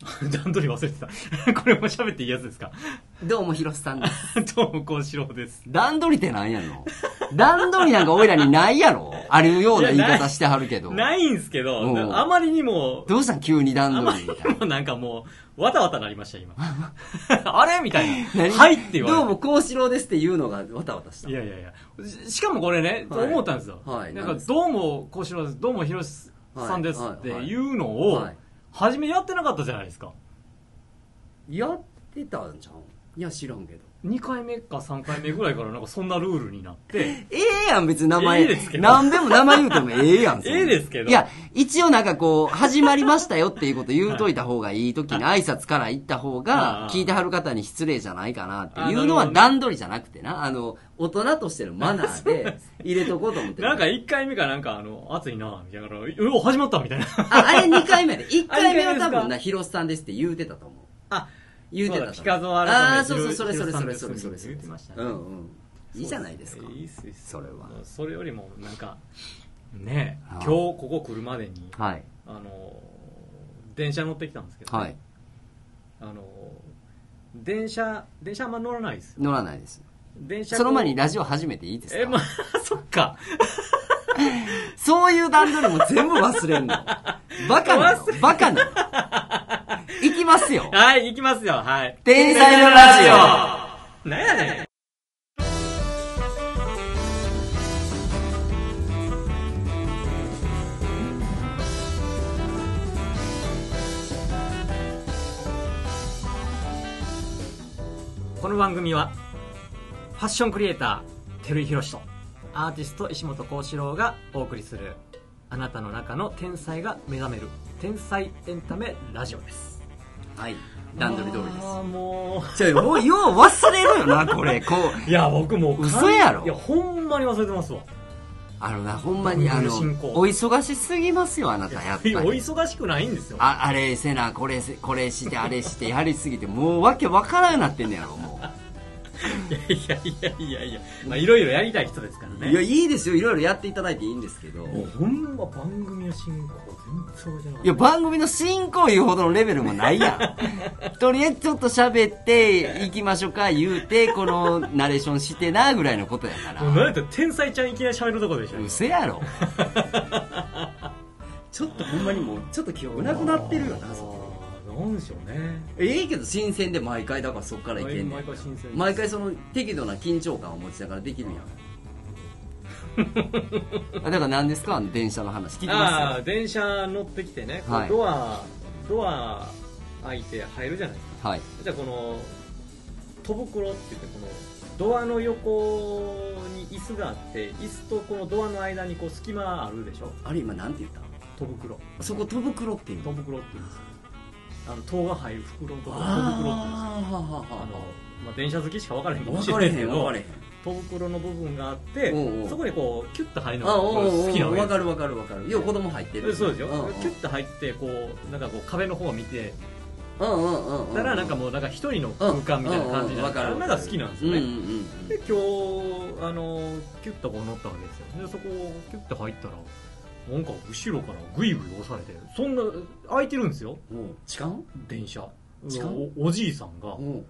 段取り忘れてた。これも喋っていいやつですか どうも、広瀬さんです。どうも、幸四郎です。段取りってなんやの段取りなんかおいらにないやろあるような言い方してはるけど。ないんすけど、うんあまりにも、 どうしたん急に段あまり取にりみたいな。もなんかもう、わたわたなりました、今。 あれみたいな。 何はいって言われてどうも、幸四郎ですって言うのがわたわたしたい。やいやいやししかもこれね、はい思ったんですよ、はいなんなんかですどうも幸四郎ですどうも広瀬さんですはいってはいいうのをはい初めやってなかったじゃないですかやってたんじゃんいや、知らんけど。 2回目か3回目ぐらいからなんかそんなルールになって ええやん、別に名前。ええですけど何でも名前言うてもええやん。そんなええですけどいや、一応なんかこう、始まりましたよっていうこと言うといた方がいい時に挨拶から言った方あが、あ聞いてはる方に失礼じゃないかなっていうのあなるほどはね段取りじゃなくてな、あの、大人としてのマナ ーで入れとこうと思ってるなんか1回目かなんかあの暑いなみたいなからうお始まったみたいなあ、あれ2回目で。1回目あ二回目では多すか分な、広瀬さんですって言うてたと思う。あ言うてたと思う。そうだピカゾ改めああ、そうそう、ひそろれそれひろさそんれですそれそれそれ。言うてましたねうんうん。いいじゃないですか。いいっすいいっすそれはもうそれよりもなんかねあ今あ日ここ来るまでにはい。あの電車乗ってきたんですけど、はい。あの電車電車あんま乗らないですよ乗らないです。電車その前にこうラジオ始めていいですかえまあ そっかそういう段取りも全部忘れん の。バカなの忘れ。バカなの。行きますよ。はい行きますよはい天才のラオジなんやねんこの番組はファッションクリエイター照井宏とアーティスト石本幸四郎がお送りするあなたの中の天才が目覚める天才エンタメラジオですはい。段取り通りであーもす。ちょ、もう、よう忘れるよな、これ。こう、ういや僕もう嘘やろいやほんまに忘れてますわあのな、ほんまに、あの、進行お忙しすぎますよ、あなた、やっぱおり。忙しくないんですよあ、あれせな、これせ、これして、あれして、やりすぎて、もうわけわからんようになってんねやろ、もいやいやいやいやいやまあいろいろやりたい人ですからう。ねいや、いいですよ、いろいろやっていただいていいんですけど。もうほんま番組の進行全然じゃなかったいや、番組の進行いうほどのレベルもないやん。 とりあえずちょっと喋って、行きましょうか、言うて、このナレーションしてな、ぐらいのことやかもうなんら。やったら天才ちゃんいきなり喋るとこでしょうせやろ。 ちょっとほんまにもう、ちょっと記憶なくなってるよな、そこあーなんでしょうねええけど、新鮮で毎回、だからそっからいけんねん。毎回新鮮です毎回その適度な緊張感を持ちながらできるやん あだから何ですかあの電車の話聞きあまあ電車乗ってきてね、こうはいドアドア開いて入るじゃないですすよはいかじゃあこの戸袋って言ってこのドアの横に椅子があって椅子とこのドアの間にこう隙間あるでしょあれ今なんて言った戸袋そこ戸袋っていう戸の袋って言うんですよあの塔が入る袋のところ戸袋って言うんですよあーははあはのは、まあ、電車好きしか分からへんかも分しれかなれいですけへん分どかれへん戸袋の部分があってうんうんそこにこうキュッと入るのがあおうおうお僕う好きなわけです分よかる分かる分かるよう子供入ってるそうですよ、んうんキュッと入ってこうなんかこう壁の方を見てうんうんうんうんたらなんかもうなんか一人の空間みたいな感じになって、うんうんうんあわかるれなんか好きなんですうんようんね、うんで今日あのキュッとこう乗ったわけですよでそこをキュッと入ったらなんか後ろからグイグイ押されてそんな空いてるんですよおう痴漢電車近っおおじいさんがおう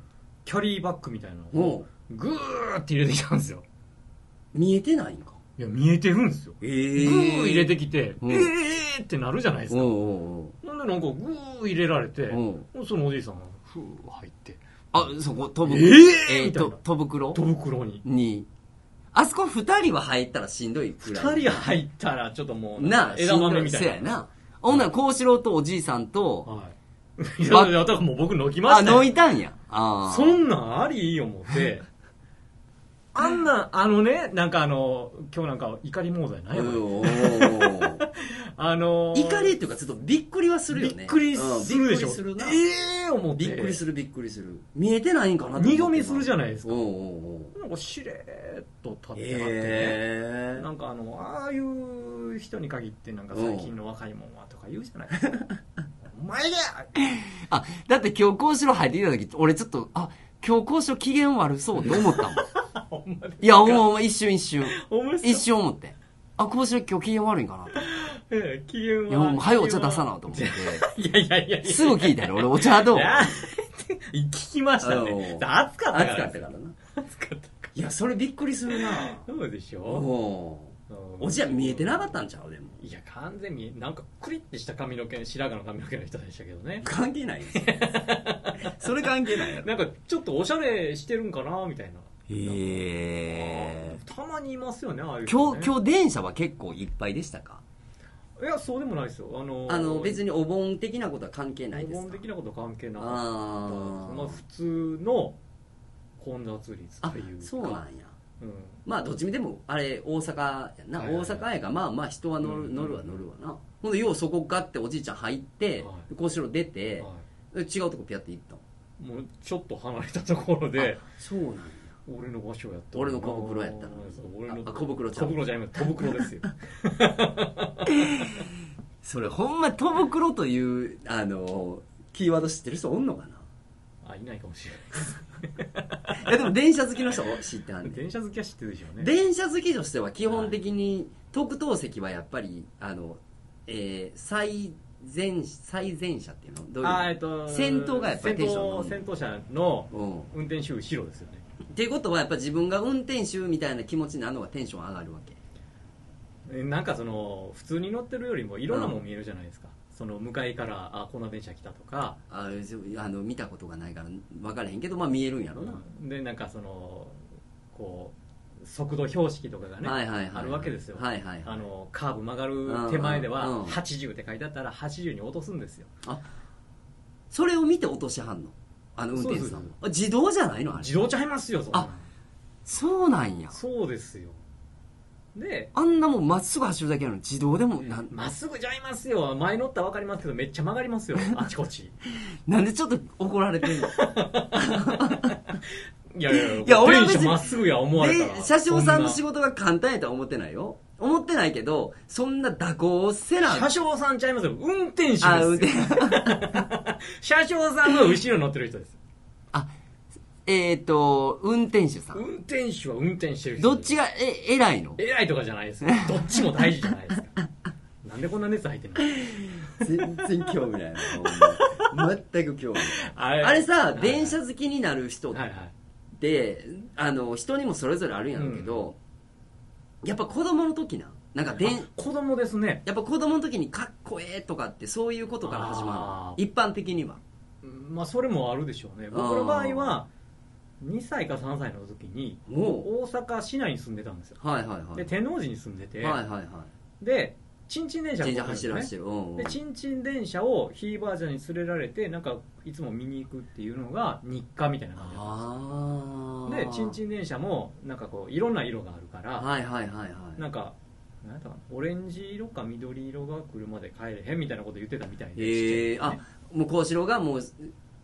キャリーバッグみたいなのおをうグーって入れてきたんですよ見えてないんかいや見えてるんですよええグー入れてきて、うんえーってなるじゃないですおうか、おうなんでなんかグー入れられて、おうおうそのおじいさんがふー入ってあそこ戸袋えーえみーたいとな戸袋戸袋にに、あそこ二人は入ったらしんどいくらい。 2人入ったらちょっともうなあ、枝豆みたしんどせいやなな。ほんなら、幸四郎とおじいさんと、はいいやいやだからもう僕のきまあ、したのよいたんや。ああ。そんなんありいい思って あんなあのねなんかあの今日なんか怒りモードやないうんおーあのー怒りっていうか、ちょっとびっくりはするよね。びっくりするでしょ、うんびっくりするな。ええ思ってびっくりする、びっくりする。見えてないんかな二度見するじゃゃないですおかうおうおうなんかしれーっと立ってはって、ねええなんかあのああいう人に限ってなんか最近の若いもんはとか言うじゃ ないですかお前だよあ、だって今日幸四郎入ってきた時、俺ちょっと、あ、今日幸四郎機嫌悪そうって思った もん。ほんまでいや、お前お前一瞬一瞬。お前さ一瞬思って。あ、幸四郎今日機嫌悪いんかなと。うん機嫌いや、もう、早いお茶出さなとと思って。いやいやいやいやすぐ聞いたよ、俺、お茶どういや 聞きましたねうん暑かった暑からかったからな。暑かったいや、それびっくりするな。そうでしょおうんおじや見えてなかったんちゃうでも。いや完全になんかクリッてした髪の毛白髪の髪の毛の人でしたけどね関係 ないですよそれ関係ないやろ。なんかちょっとおしゃれしてるんかなみたいなへーたまにいますよねああいう人今ね日、今日電車は結構いっぱいでしたかいやそうでもないですよあのあの、別ににお盆的なことは関係ない基です本か的なこと関係なかっあたですーまあ普通の混雑率あっていうかそうなんやうんまあどっちにでもあれ大阪やな、はいはいはい大阪やがまあまあ人は乗る,、うん乗るは乗るわなほんでようそこガっておじいちゃん入って、はこうしろ出て、はで違うとこピャって行ったのいもうちょっと離れたところであそうなんや俺の場所やった俺の小袋やったのそう俺のああ小袋ちゃ小う袋じゃない小袋です よそれほんま戸袋というあのキーワード知ってる人お んのかなあいないかもしれないいやでも電車好きの人知っ てはんねん電車好きは知ってるでしょうね電車好きとしては基本的に特等席はやっぱりあの、えー最前最前車っていうのどうあーいえうっと先頭がやっぱりテンション乗んねん先頭先頭車のうん運転手後ろですよねっていうことはやっぱ自分が運転手みたいな気持ちになるのがテンション上がるわけえなんかその普通に乗ってるよりもいろんなもん見えるじゃないですか、その向かいからあこんな電車来たとかあそうあの見たことがないから分からへんけど、まあ、見えるんやろな、でなんかそのこう速度標識とかがね、はいはいはいあるわけですよはいはいあはいのカーブ曲がる手前でうんうんはうん80って書いてあったら80に落とすんですよそれを見て落としはんのあの運転手さんそうそうはあ自動じゃないのあれ自動ちゃいますよそんなのあそうなんやそうですよであんなもんまっすぐ走るだけなのに自動でもなんまっすぐちゃいますよ前乗ったら分かりますけどめっちゃ曲がり ますよあちこちなんでちょっと怒られてんのいやいやいや俺は別に電車まっすぐや思われたらで車掌さんのそ仕事が簡単やとは思ってないよ思ってないけどそんな蛇行をせなな車掌さんちゃいますよ運転手ですあ運よ転車掌さんは後ろに乗ってる人ですあえっ、と運転手さん運転手は運転してる人どっちがえ偉いの偉いとかじゃないですよどっちも大事じゃないですかなんでこんな熱入ってんの全然興味ないなほんま全く興味ないああれさ、はい電車好きになる人っはいはいて、あの人にもそれぞれあるんやろうけど、やっぱ子供の時ななんかでんあ子供ですねやっぱ子供の時にかっこええとかってそういうことから始まある一般的にはまあそれもあるでしょうね僕の場合は2歳か3歳の時にも大阪市内に住んでたんですようはいはいはでい天王寺に住んでて、はいはいはいでチンチン電車自転車走る走るるうんうんでチンチン電車をひいばあちゃんに連れられてなんかいつも見に行くっていうのが日課みたいな感じだったんですよああでチンチン電車もなんかこういろんな色があるから、はいはいはいはいなんかなんやったかなオレンジ色か緑色が車で帰れへんみたいなこと言ってたみたいで、へちえっちゃいあ時ねもう幸四郎がもう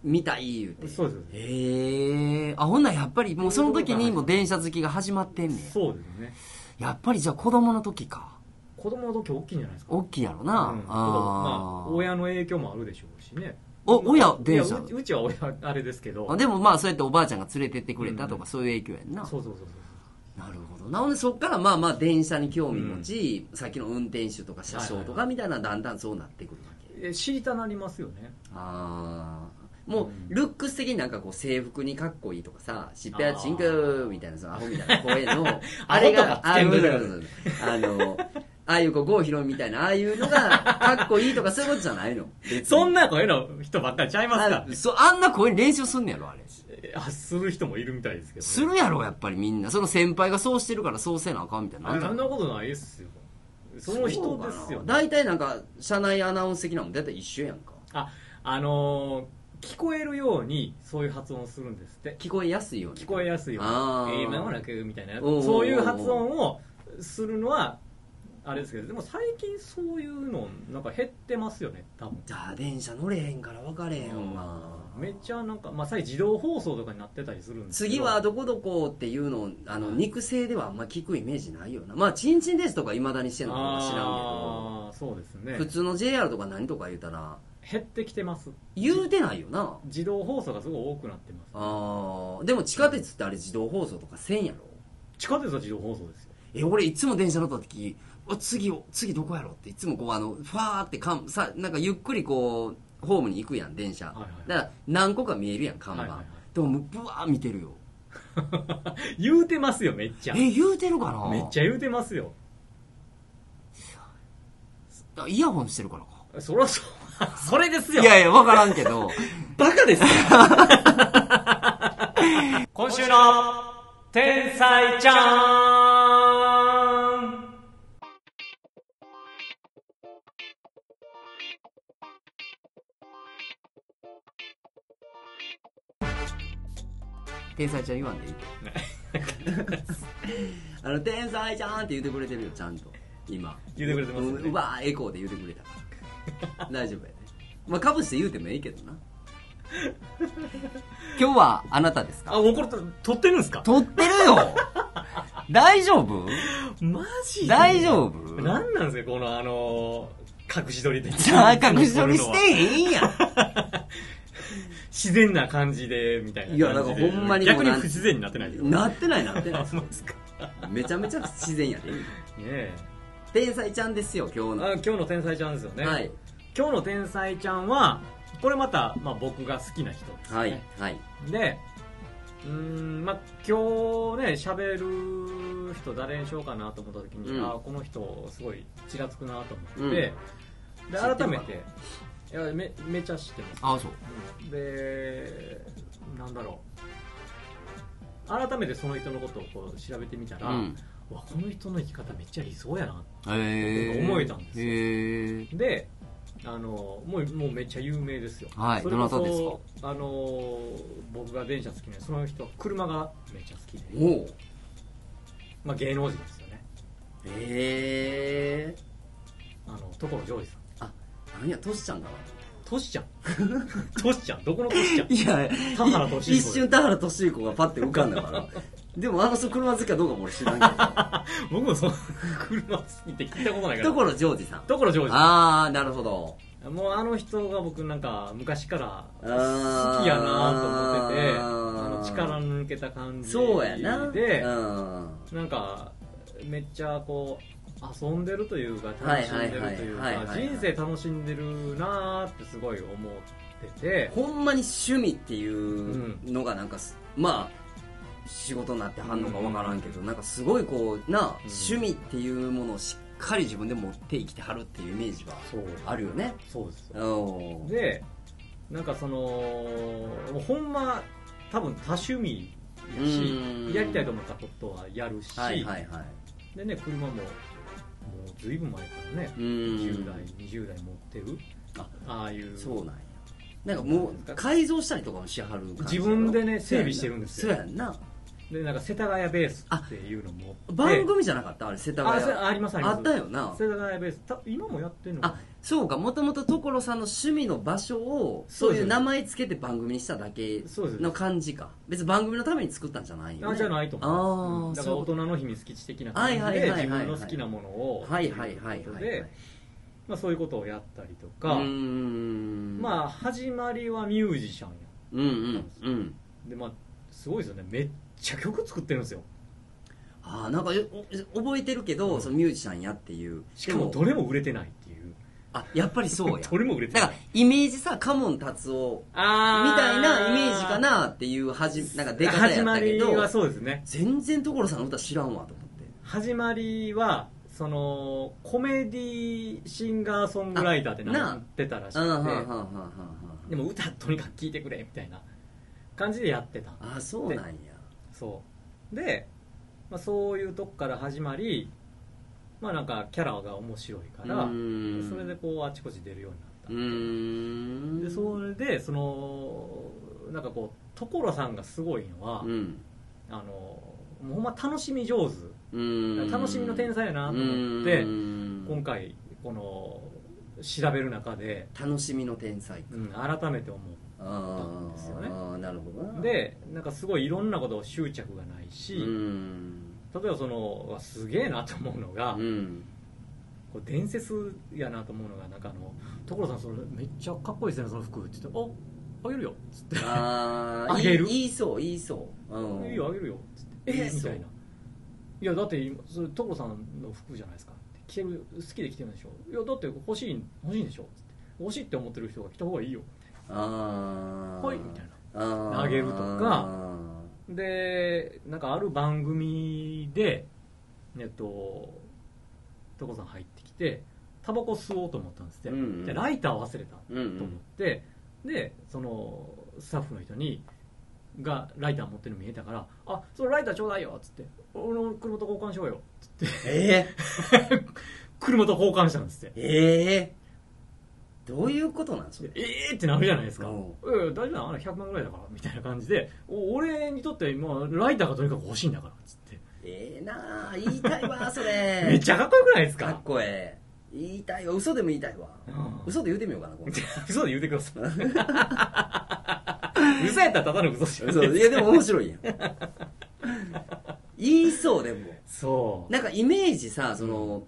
見たい言うてそうですそうでへえあほんならやっぱりもうその時にもう電車好きが始まってんねんすそうですねやっぱりじゃあ子供の時か子供の時大きいんじゃないですか大きいやろな、うんまああ、ー、親の影響もあるでしょうしねおま親あ電車いやうちうちは親あれですけどあでもまあそうやっておばあちゃんが連れてってくれたとうんうかそういう影響やんな、そうそうそうそうなるほどなのでそっからまあまあ電車に興味持ち、さっきの運転手とか車掌とはいはいはかいみたいなだんだんそうなってくるわけ、え知りたなりますよねああもううんルックス的になんかこう制服にかっこいいとかさ「しっぺやちんあく」ーみたいなその アホみたいな声のアホとかあつけれんがとあいてそうそうそうあのああいうこう郷ひろみみたいなああいうのがかっこいいとかそういうことじゃないのそんな声の人ばっかりちゃいますからあそうあんな声に練習すんねやろあれえあする人もいるみたいですけどね、するやろやっぱりみんなその先輩がそうしてるからそうせなあかんみたいなあなんだそんなろうことないですよその人ですそようかねな大体なんか社内アナウンス的なもん大体一緒やんかああのー聞こえるようにそういう発音をするんですって聞こえやすいように聞こえやすいよあーえー間もなくみたいなおうおうおうそういう発音をするのはあれですけどでも最近そういうのなんか減ってますよね多分じゃあ電車乗れへんから分かれへんわめっちゃなんか、まあ、最近自動放送とかになってたりするんですけど次はどこどこっていうのをあの肉声ではあんま聞くイメージないよなまあチンチンですとかいまだにしてんのかも知らあーそうですねんけど普通の JR とか何とか言うたら減ってきてます言うてないよな自動放送がすごい多くなってますあーでも地下鉄ってあれ自動放送とかせんやろ地下鉄は自動放送ですよえ俺いつも電車乗った時お次を次どこやろっていつもこうあのファーってかんさなんかゆっくりこうホームに行くやん電車、はいはいだから何個か見えるやん看板、はいはいはいでももうブワー見てるよ言うてますよめっちゃめえ言うてるかなっちゃ言うてますよゃイヤホンしてるからかそらそうそれですよいやいや分からんけどバカ ですよ今週の天才ちゃん天才ちゃん言わんでいいあの天才ちゃんって言ってくれてるよちゃんと今言うてくれてますよねうんうわーエコーで言うてくれたから大丈夫やねまあかぶして言うてもいいけどな今日はあな たですかあもうこれ撮ってるんですか撮ってるよ大丈夫マジで大丈夫何なんですかこのあのー隠し撮りでじ ゃあ隠し撮りしてへ んやん自然な感じでみたいないやなんかほんまにも逆うに不自然になってないけどなってないなっ てないあそうですかねめちゃめちゃ自然やでえ天才ちゃんですよ今日あ今日の天才ちゃんですよね、のはい今日の天才ちゃんはこれまた、まあ、僕が好きな人ですね、はいはいでうーんまあ今日ね喋る人誰にしようかなと思った時に、うんああこの人すごいちらつくなと思って、うんで知ってる改めていやめめちゃ知ってますあそうでなんだろう改めてその人のことをこう調べてみたら、うんうわこの人の生き方めっちゃ理想やなへえ思えたんですよへえであのもうもうめっちゃ有名ですよ、はいそれこそどなたですあの僕が電車好きでその人は車がめっちゃ好きで、おうまあ、芸能人ですよねへえあの所ジョージさん何やトシちゃんかなトシちゃん トシちゃんどこのトシちゃんいや田原俊彦一瞬田原俊彦がパッて浮かんだからでもあの人車好きかどうかも俺知らんけ僕もその 車好きって聞いたことないからど ところジョージさん所ジョージさああなるほどんもうあの人が僕なんか昔から好好きやなと思っててあの力のの抜けた感じそうやなでうんなんかめっちゃこう遊んでるというかは楽いしんはでいるはいというはいはかいは人い生楽しんでるなーってすごい思っててほんまに趣味っていうのがなんかす、まあ仕事になってはんのかわからんけど、なんかすごいこうな、趣味っていうものをしっかり自分で持って生きてはるっていうイメージはそうあるよねそうですようんでなんかそのもうほんま多分多趣味やうんしやりたいと思ったことはやるし、はいはいはいでね車ももうずいぶん前からねう10ん代20代持ってるあああいうそうなんやなんかもう改造したりとかもしはる感じ自分でね整備してるんですよそうやんなでなんか世田谷ベースっていうのも番組じゃなかったあれ世田あ谷そうありますありあますったよな世田谷ベースた今もやってんのかなあそうかもともと所さんの趣味の場所をそうそうですいう名前つけて番組にしただけそうですの感じか別に番組のために作ったんじゃないよ、ね、あじゃないと思うあーうんだからそ大ういうこ人の秘密基地的な感じはいはいではい自はいはい分の好きなものをとはいはいはいというこはといではいまあ、そういうことをやったりとうか、ーんまあ始まりはミュージシャンやうんうんうんでまあすごいですよねめっちゃ曲作ってるんですよあーなんかよお覚えてるけど、うんそのミュージシャンやっていうしかもでどれも売れてないっていうあやっぱりそうや どれも売れてだなかいらイメージさカモン達夫みあたいなイメージかななっていうはじなんか出方始やったまけりどはそうですね全然所さんの歌知らんわと思って始まりはそのコメディシンガーソングライターってなってたらしうんはんくはんはんてはんはんでも歌とにかく聴いてくれみたいな感じでやってたはんあそうなんやそうで、まあ、そういうとこから始まりまあなんかキャラが面白いからうーんそれでこうあちこち出るようになったうーんでそれでそのなんかこう所さんがすごいのは、うんあのもうほんま楽しみ上手うん楽しみの天才やなと思って今回この調べる中で、楽しみの天才うん、改めて思あなんですよねあなるほどうなでなんかすごいいろんなことを執着がないし、うん例えばそのうわすげえなと思うのが、 うんこう伝説やなと思うのがなんかあの「所さんそれめっちゃかっこいいですねその服」って言って「ああげるよ」っつってあーあげるいいいいそういいそう「うんいいよあげるよ」っつって「ええみそうたいな「いやだって今それ所さんの服じゃないですか」って着てる好きで着てるんでしょいやだって欲しい欲しいんでしょつって欲しいって思ってる人が着た方がいいよあーはいみたいあー投げるとかなでなんかある番組でえっと所さん入ってきてタバコ吸おうと思ったんですって、うんうんでライター忘れたうんうと思っんて、でそのスタッフの人にがライター持ってるの見えたから「あそのライターちょうだいよ」っつって「俺の車と交換しようよ」っつってえー車と交換したんですってえーどういうことなんそれでえーってなるじゃないですか「うんええ大丈夫だあれ100万ぐらいだから」みたいな感じで「お俺にとって今ライターがとにかく欲しいんだから」っつってええなあ言いた いわそれめっちゃかっこよくないですかかっこええ言いたいわ嘘でも言いたいわうん嘘で言うてみようかな今 度嘘で言うてください嘘やったらただの嘘しか嘘ないいやでも面白い やん言いそうでもそうなんかイメージさその、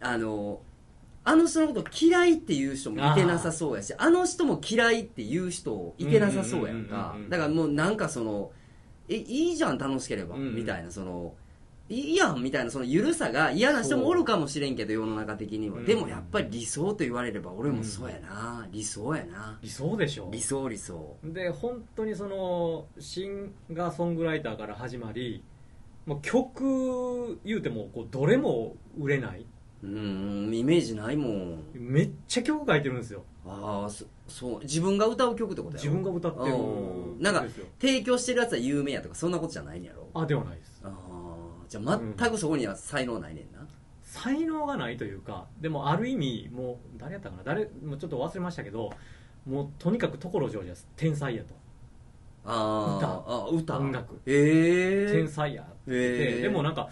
あのあの人のこと嫌いっていう人もいてなさそうやしあの人も嫌いっていう人いてなさそううんやんうんうんかうんうんだからもうなんかそのえいいじゃん楽しければ、うんうんみたいなそのいいやんみたいなその緩さが嫌な人もおるかもしれんけど世の中的には、うんでもやっぱり理想と言われれば俺もそうやな、理想やな理想でしょ理想理想で本当にそのシンガーソングライターから始まりもう曲言うてもこうどれも売れないうんイメージないもんめっちゃ曲書いてるんですよああそそう自分が歌う曲ってことやろ自分が歌ってるうんなんかですよ提供してるやつは有名やとかそんなことじゃないんやろああではないですあーじゃあ全くそこには才能ないねんな、才能がないというかでもある意味もう誰やったかな誰もうちょっと忘れましたけどもうとにかく所ジョージは天才やと、あー歌あ歌音楽ええ天才やってえ言ってーでもなんか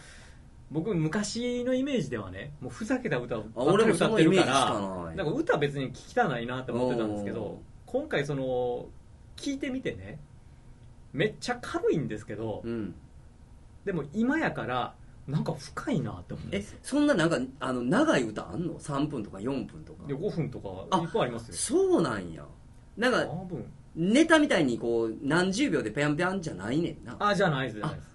僕昔のイメージではねもうふざけた歌をばあっ俺かりも歌そっのてイるメーかジしらかないなんか歌別に聞きたないなと思ってたんですけおーど今回その聞いてみてねめっちゃ軽いんですけどうん、でも今やからなんか深いなって思うんでえすよそんななんかあの長い歌あんの3分とか4分とかで5分とかいっぱいありますよそうなんやなんあか分ネタみたいにこう何十秒でペャンペャンじゃないねんなあじゃないですじゃないです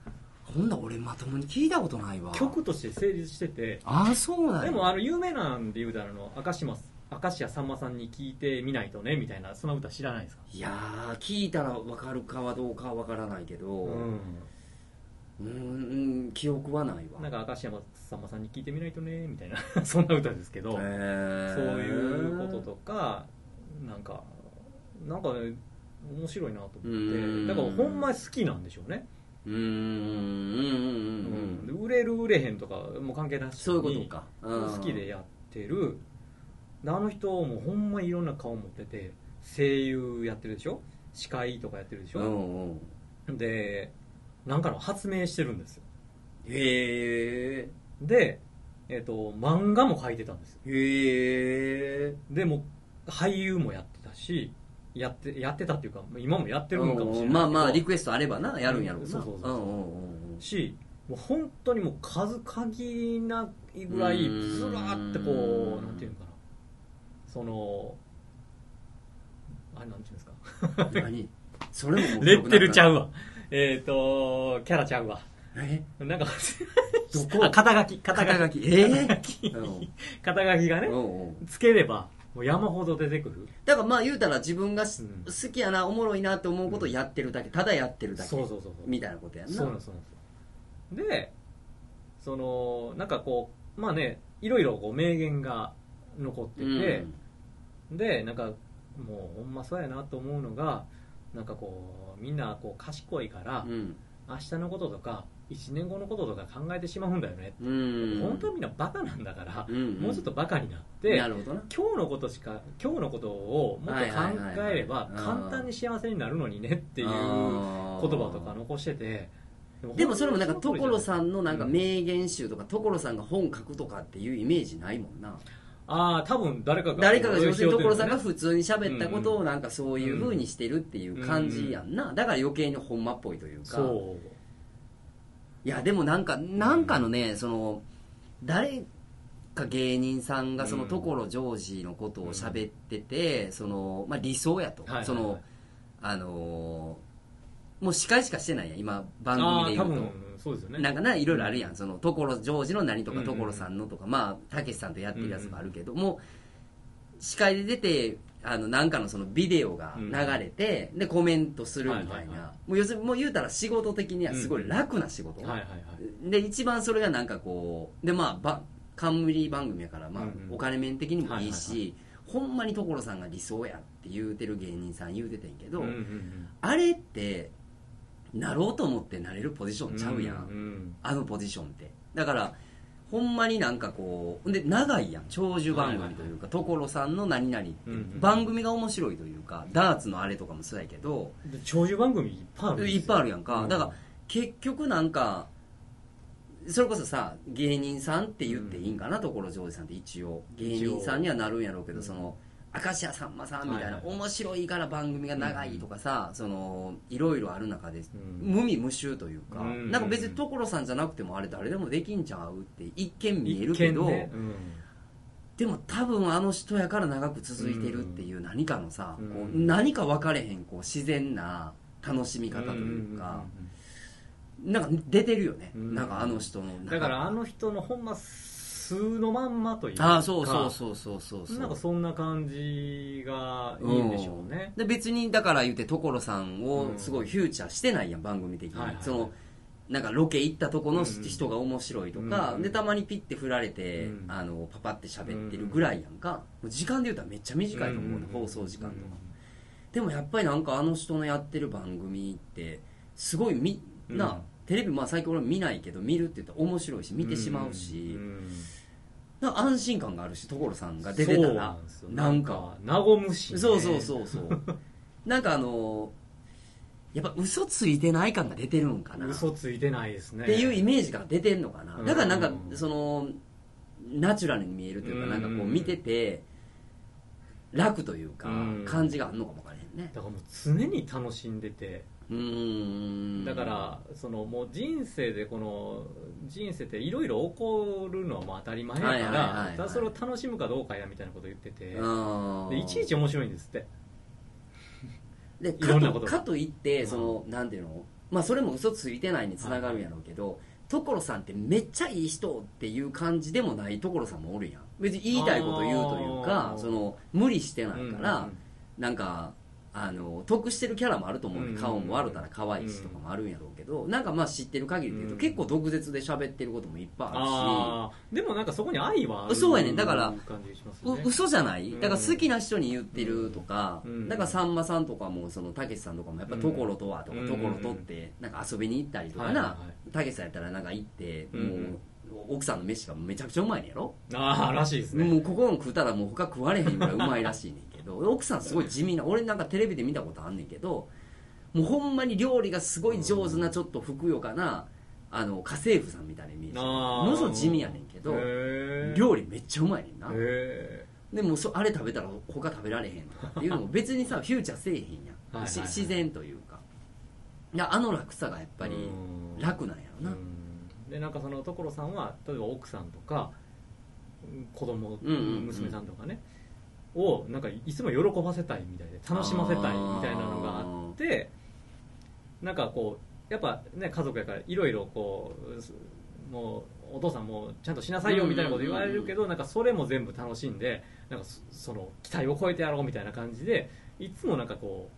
こんな俺まともに聞いたことないわ曲として成立しててああそうなんやでもあの有名なんで言うたらあの明石ます明石家さんまさんに聞いてみないとねみたいなその歌知らないですかいやー聞いたら分かるかはどうかは分からないけど、ううーん記憶はないわんなんか明石家さんまさんに聞いてみないとねみたいな そんな歌ですけどへーそういうこととかなんかなんかね面白いなとう思っんてだからほんま好きなんでしょうね、うーんうんううんうんうんで売れる売れへんとかもう関係なしにそういうことかうん好きでやってるであの人もほんまいろんな顔持ってて声優やってるでしょ司会とかやってるでしうょ、んうんでなんかの発明してるんですよへえで、えっと漫画も書いてたんですよへえでも俳優もやってたしやってやってたっていうか今もやってるのかもしれないけどまあまあリクエストあればなやるんやろなそうそうそうそうんんうんうんしもう本当にもう数限りないぐらいずらーってこううんなんていうのかなそのあれなんていうんですか 何それももうレッテルちゃううわえっ、とキャラちゃうわえなんかどこあ肩書き肩肩書書ききええうん肩書きがねうんうんつければもう山ほど出てくるだからまあ言うたら自分がすうん好きやなおもろいなって思うことをやってるだけただやってるだけそうそうそうそうみたいなことやんなそうなんですそうなんですでそのなんかこうまあねいろいろこう名言が残ってて、でなんかもうほんまそうやなと思うのがなんかこうみんなこう賢いから、うん明日のこととか1年後のこととか考えてしまうんだよね、うん本当はみんなバカなんだから、んもうちょっとバカになってなるほどな今日のことしか今日のことをもっと考えればはいはいはいはい簡単に幸せになるのにねっていう言あー葉とか残しててでもそれもなんか所んさんのなんか名言集とか所さんが本書くとかっていうイメージないもんなああ多分誰かが誰かが女性こう所さんがね普通に喋ったことをなんかそういう風にしてるっていう感じやんなだから余計にほんまっぽいというかそいやでもなんかなんかのねその誰か芸人さんがそのうん所ジョージのことを喋っててそのまあ理想やとはいはいはいそのあのーもう司会しかしてないやん今番ああ組で多言う分とそうですよねなんかないろいろあるやんその所ジョージの何とかうんうん所さんのとか、まあたけしさんとやってるやつもあるけど、もう司会で出てあのなんかのそのビデオが流れて、でコメントするみたいな、はいはいはもう要するにもう言うたら仕事的にはすごい楽な仕事、はいはいはいで一番それがなんかこうでまあば冠番組やから、まあうんうんお金面的にもいいし、はいほんまに所さんが理想やって言うてる芸人さん言うててんけど、うんうんあれってなろうと思ってなれるポジショうンんちゃうやん、うんあのポジションってだからほんまになんかこうで長いやん長寿番組というか、所さんの何々って、うんうん番組が面白いというかダーツのあれとかもそうやけどで長寿番組いっぱいあるんですよいっぱいあるやんか、うんだから結局なんかそれこそさ芸人さんって言っていいんかな、所ジョージさんって一応芸人さんにはなるんやろうけど、うんその明石家さんまさんみたいな、はいはい面白いから番組が長いとかさ、そのいろいろある中でうん無味無臭というか、うんなんか別に所さんじゃなくてもあれ誰でもできんちゃうって一見見えるけど、一見ねうんでも多分あの人やから長く続いてるっていう何かのさ、うんこう何か分かれへんこう自然な楽しみ方というか、なんか出てるよね、うんなんかあの人のだからあの人のほんま素のまんまというかああそうそうそうそうそうそうなんかそんな感じがいいんでしょうね、で別にだから言って所さんをうんすごいフューチャーしてないやん番組的に、はいはいそのなんかロケ行ったとこうのん人が面白いとか、うんでたまにピッて振られて、うんあのパパって喋ってるぐらいやんか、もう時間で言うたらめっちゃ短いと思うね、うん放送時間とか、でもやっぱりなんかあの人のやってる番組ってすごいみうんな、テレビまあ最近俺見ないけど見るって言ったら面白いし見てしまうし、んんなんか安心感があるし所さんが出てたそうらんですよなんかなん和むしね、そうそうそうそう なんかあのやっぱ嘘ついてない感が出てるんかなっ嘘ついてないですねていうイメージが出てんのかなうんだからなんかそのナチュラルに見えるというかなんかこう見てて楽というかうん感じがあるのかもわからへんねだからもう常に楽しんでてうーんだからそのもう人生でこの人生っていろいろ起こるのはもう当たり前やから,、はいはいはいはいただそれを楽しむかどうかやみたいなこと言っててあーでいちいち面白いんですってでいろかんなとことがかといってうんその、なんていうの、まあ、それも嘘ついてないにつながるんやろうけど、所さんってめっちゃいい人っていう感じでもない所さんもおるやん別に言いたいこと言うというあかーその無理してないから、うんうんなんかあの得してるキャラもあると思う、うんうんうん顔も笑ったら可愛いしとかもあるんやろうけど、なんかまあ知ってる限りで言うと、うん結構毒舌で喋ってることもいっぱいあるし。あーでもなんかそこに愛はあるそうやねだから感じしますようね嘘じゃないうんだから好きな人に言ってるとか、うんだからさんまさんとかもそのたけしさんとかもやっぱ「ところとは」とかう「んところと」ってなんか遊びに行ったりとかはいはいなはたけしさんやったらなんか行ってうもんう奥さんの飯がめちゃくちゃうまいねやろいああらしいですねもうここの食うたらもう他食われへんぐらいうまいらしいねん けど奥さんすごい地味な俺なんかテレビで見たことあんねんけどもうほんまに料理がすごい上手なちょっとふくよかなあの家政婦さんみたいなイメージあーものすごい地味やねんけどへー料理めっちゃうまいねんなへでもそあれ食べたら他食べられへんとかっていうのも別にさフューチャーせえへんやんはいはいはいし自然というかいやあの楽さがやっーぱりうん楽なんやろなうんでなんかその所さんは例えば奥さんとかうん子供、うんうんうん娘さんとかねをなんかいつも喜ばせたいみたいで楽しませたいみたいなのがあってなんかこうやっぱね家族やからいろいろこうすもうお父さんもちゃんとしなさいよみたいなこと言われるけど、なんかそれも全部楽しんでなんかそその期待を超えてやろうみたいな感じでいつもなんかこ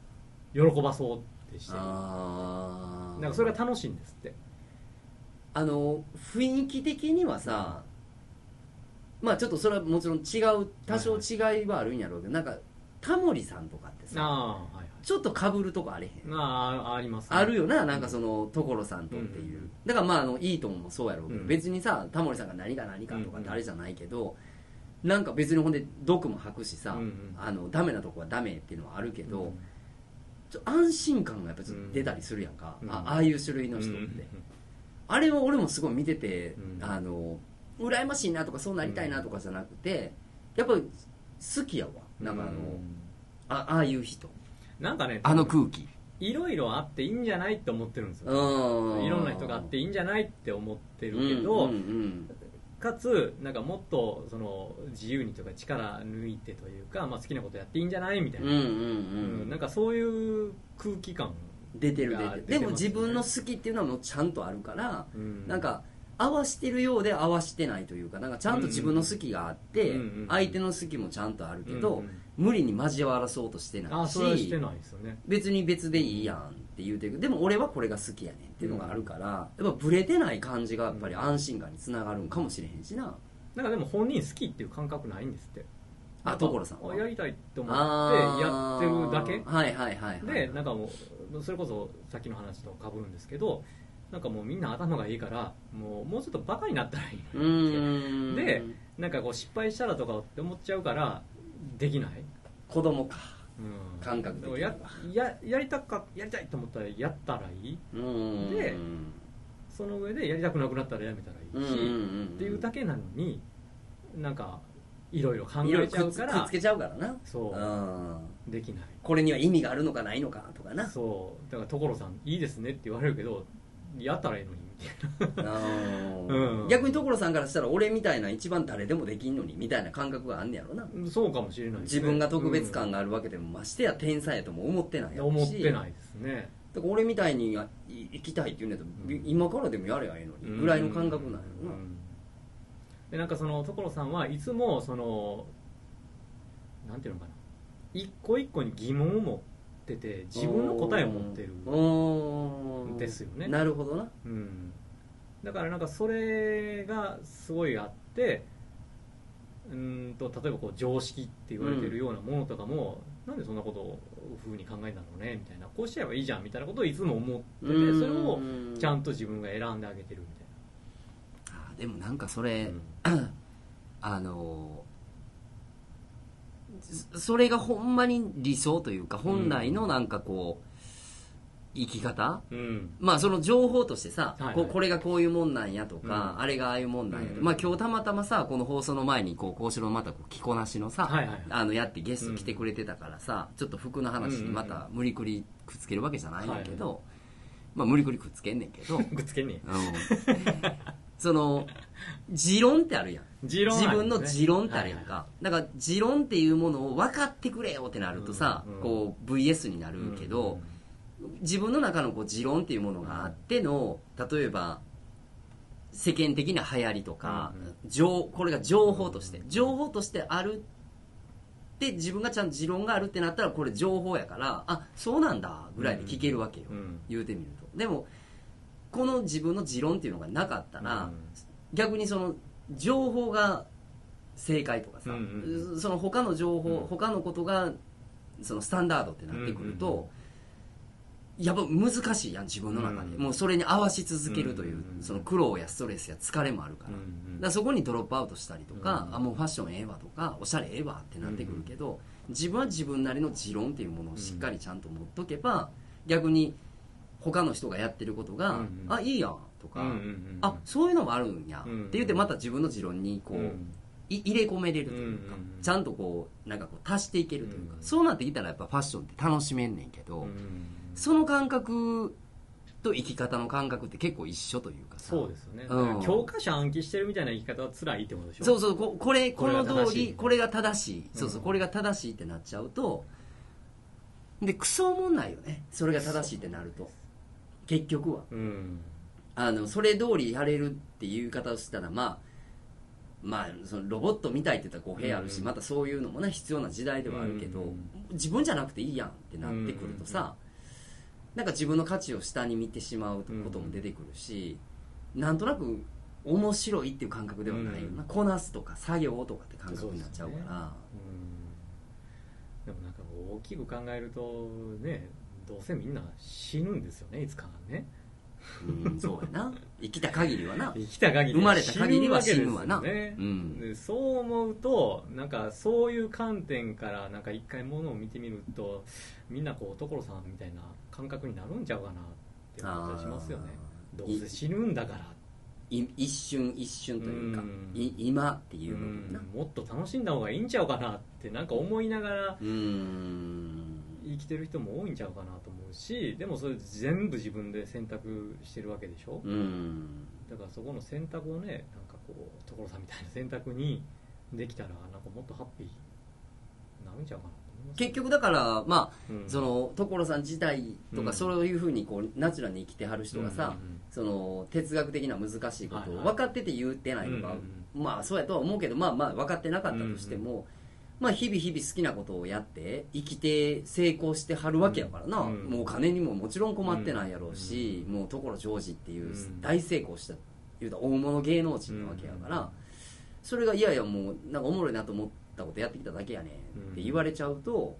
う喜ばそうってしてるあーなんかそれが楽しいんですってあの雰囲気的にはさまあちょっとそれはもちろん違う多少違いはあるんやろうけど、なんかタモリさんとかってさああはいはいちょっとかぶるとこあれへんまああります、あるよななんかその所さんとっていう、うんだからまああのイートンもそうやろうけど、うん別にさタモリさんが何が何かとかってあれじゃないけど、なんか別にほんで毒も吐くしさ、うんうんあのダメなとこはダメっていうのはあるけけど、ちょ安心感がやっぱちょっと出たりするやんか、うんあああいう種類の人って、あれを俺もすごい見てて、うんあの羨ましいなとかそうなりたいなとかじゃなくてやっぱり好きやわなんかあの、あああいう人なんかねあの空気いろいろあっていいんじゃないって思ってるんですようんいろんな人があっていいんじゃないって思ってるけど、うんうんうんかつなんかもっとその自由にとか力抜いてというか、まあ、好きなことやっていいんじゃないみたいうんな、ううんうんんなんかそういう空気感出てるい出やて出るてでもますね自分の好きっていうのはもうちゃんとあるから、うんなんか合わしてるようで合わしてないというかなんかちゃんと自分の好きがあって、うんうんうん相手の好きもちゃんとあるけうど、んうん無理に交わらそうとしてなあいそれはししてないですよね別に別でいいやんって言うてるでも俺はこれが好きやねんっていうのがあるから、やっぱブレてない感じがやっぱり安心感につながるんかもしれへんしな、なんかでも本人好きっていう感覚ないんですってあ所さんはやりたいって思ってやあってーるだけはいはいはい、はい、でなんかもうそれこそさっきの話とかぶるんですけどなんかもうみんな頭がいいからもうもうちょっとバカになったらいいうのにってーんでなんかこう失敗したらとかって思っちゃうからできない、子供かうん、感覚的でにもはやややりたかやりたいと思ったらやったらいいうんでその上でやりたくなくなったらやめたらいいし、っていうだけなのになんかいろいろ考いろいえろちゃくうっつかくっらつけちゃうからなそううんできないこれには意味があるのかないのかとかなそうだから所さんいいですねって言われるけどやったらいいのにみたいなうんうん逆に所さんからしたら俺みたいな一番誰でもできんのにみたいな感覚があんねやろなうんそうかもしれないです自ね、分が特別感があるわけでもましてや天才やとも思ってないうん、やろし思ってないですねだから俺みたいにやい行きたいって言うんやったらうん今からでもやればいいのにぐらいの感覚なんやろなうんでなんかその所さんはいつもそのなんていうのかな一個一個に疑問を持ってて自分の答えを持ってるうんんですよねなるほどなうん、だからなんかそれがすごいあってうーんと例えばこう常識って言われてるようなものとかも、なんでそんなことを風に考えたのねみたいなこうしちゃえばいいじゃんみたいなことをいつも思っててそれをちゃとんと自分が選んであげてるみでもなんかそれ、たいな、あのそそれがほんまに理想というか本来のなんかこう、生き方うんまあその情報としてさ、はいはいこうこれがこういうもんなんやとか、うんあれがああいうもんなんやとか、うんまあ今日たまたまさこの放送の前にこう幸四郎またこう着こなしのさ、はいはいはいあのやってゲスト来てくれてたからさ、ちょっと服の話にまた無理くりくっつけるわけじゃないんだけど、はまあ無理くりくっつけんねんけど、うん、くっつけんね その持論ってあるやん持論あ自る分んでのすね持論ってあるやんか、はだから持論っていうものを分かってくれよってなるとさ、うんうんこう VS になるいはいけど、自分の中のこう持論っていうものがあっての例えば世間的な流行りとか、うんうん情これが情報として情報としてあるって自分がちゃんと持論があるってなったらこれ情報やからあそうなんだぐらいで聞けるわけよ、うんうん言うてみるとでもこの自分の持論っていうのがなかったら、逆にその情報が正解とかさ、うんうその他の情報、うん他のことがそのスタンダードってなってくると、うんうんやっぱ難しいやん自分の中で、うんもうそれに合わし続けるというう、んうんその苦労やストレスや疲れもあるから,、うんうだかんらそこにドロップアウトしたりとか、うんあもうファッションええわとかおしゃれええわってなってくるけど、自分は自分なりの持論っていうものをしっかりちゃんと持っとけば、逆に他の人がやってることが、うんうんあいいやんとか、うんうんうんあそういうのもあるんや、うんって言ってまた自分の持論にこう、うんい入れ込めれるというか、うんうんうんちゃんとこうなんかこう足していけるというか、うんそうなってきたらやっぱファッションって楽しめんねんけど、うんその感覚と生き方の感覚って結構一緒というかさそうですよね、うん教科書暗記してるみたいな言い方は辛いってことでしょそうそうここれここれがの正通しいりこれが正しい、そうそううんこれが正しいってなっちゃうとでクソおもんないよねそれが正しいってなると結局はうんあのそれ通りやれるっていう言い方をしたらまあまあ、そのロボットみたいって言ったら語弊あるし、うんまたそういうのもね必要な時代ではあるけど、うん自分じゃなくていいやんってなってくるとさ、なんか自分の価値を下に見てしまうことも出てくるし、なんとなく面白いっていう感覚ではないよな、うんこなすとか作業とかって感覚になっちゃうかうらんでもなんか大きく考えるとねどうせみんな死ぬんですよねいつかねうんそうやな生きた限り はな生きた限り生まれた限りは死ぬわな死ぬわけですよねうんでそう思うとなんかそういう観点からなんか一回ものを見てみるとみんなこう所さんみたいな感覚になるんちゃうかなって思ったりしますよねあーどうせ死ぬんだからい一瞬一瞬というか、うんい今っていうう部分んなもっと楽しんだ方がいいんちゃうかなってなんか思いながらうーん生きてる人も多いんちゃうかなと思うしでもそれ全部自分で選択してるわけでしょ、うーんだからそこの選択をねなんかこう所さんみたいな選択にできたらなんかもっとハッピーになるんちゃうかなと結局だからまあ、うんその所さん自体とか、うんそういうふうにこうナチュラルに生きてはる人がさ、うんうんうんその哲学的な難しいことはいはをい分かってて言ってないのか、うんまあそうやとは思うけどまあまあ分かってなかったとしても、まあ日々日々好きなことをやって生きて成功してはるわけやからな、うんもうお金にももちろん困ってないやろうし、もう所ジョージっていううん大成功した言うたら大物芸能人なわけやから、それがいやいやもうなんかおもろいなと思ったことやってきただけやねんって言われちゃうと、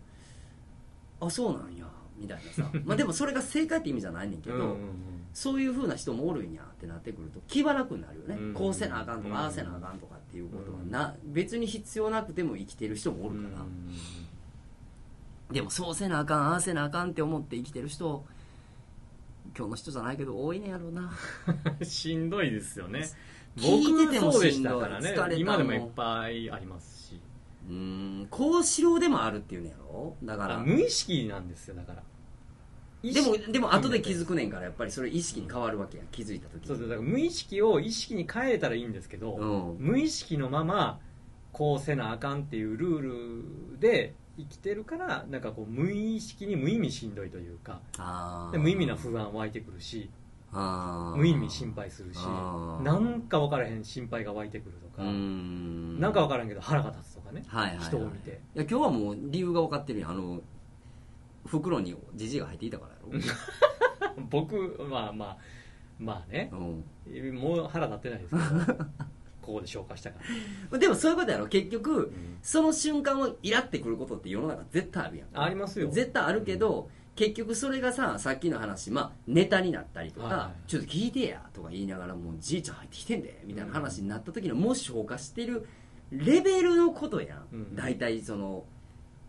あそうなんやみたい なさまあでもそれが正解って意味じゃないねんけど、うんそういうふうな人もおるんやってなってくると気は楽になるよね、うんこうせなあかんとうか、んああせなあかんとかっていうことはな別に必要なくても生きてる人もおうるんうんから、うんでもそうせなあかんああせなあかんって思って生きてる人今日の人じゃないけど多いねやろうなしんど いですよね聞いてても僕そうでししんどいたからね疲れたもん今でもいっぱいありますしうーんこうしろでもあるっていうねやろだかあら無意識なんですよだからでもでも後で気づくねんからやっぱりそれ意識に変わるわけや気づいた時そうそうだから無意識を意識に変えれたらいいんですけど、うん無意識のままこうせなあかんっていうルールで生きてるからなんかこう無意識に無意味しんどいというかあで無意味な不安湧いてくるし無無意味心配するしあーなんか分からへん心配が湧いてくるとか、んなんか分からんけど腹が立つとかね はいはいはい人を見ていや今日はもう理由が分かってるやんあの袋にジジイが入っていたからや僕まあまあまあね ろ、うんもう腹立ってないですけど ここで消化したから、まあでもそういうことやろ結局うんその瞬間をイラってくることって世の中絶対あるやんありますよ絶対あるけど、結局それがささっきの話、まあ、ネタになったりとか、はいはいちょっと聞いてやとか言いながらもうじいちゃん入ってきてんでみたいな話になった時の、もし消化してるレベルのことやん、うん大体その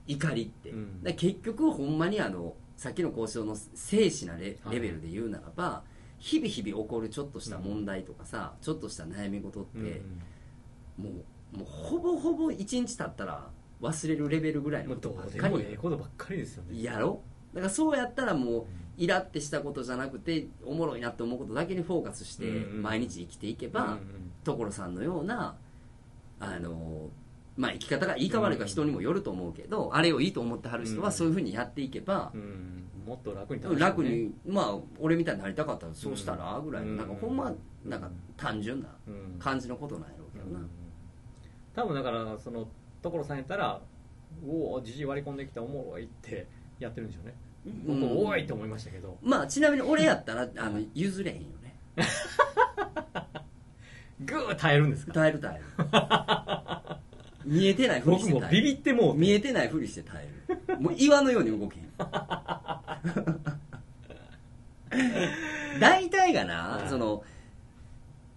怒りって、うんだから結局ほんまにあのさっきの交渉の静止なレはいレベルで言うならば、日々日々起こるちょっとした問題とかさ、ちょっとした悩み事って、うんもうもうほぼほぼ1日経ったら忘れるレベルぐらいものうことどばっうでかもりええことばっかりですよねやろだからそうやったらもうイラってしたことじゃなくておもろいなって思うことだけにフォーカスしてうんうん毎日生きていけば、うんうん所さんのようなあの、まあ、生き方がいいか悪いか人にもよると思うけど、あれをいいと思ってはる人うんはそういうふうにやっていけばう、んもっと楽にうん楽にまあ俺みたいになりたかったらそうしたらぐらいの、うんなんかほんまなんか単純なうん感じのことなんやろうけどな、多分だからその所さんやったら「おおじじい割り込んできたおもろい」ってやってるんでしょうね僕うんおーいと思いましたけどまあちなみに俺やったらあの譲れへんよねグー耐えるんですか耐える耐える 見えてないふり僕しても耐えビるビってもう見えてないふりして耐えるもう岩のように動けへん大体がな、はいその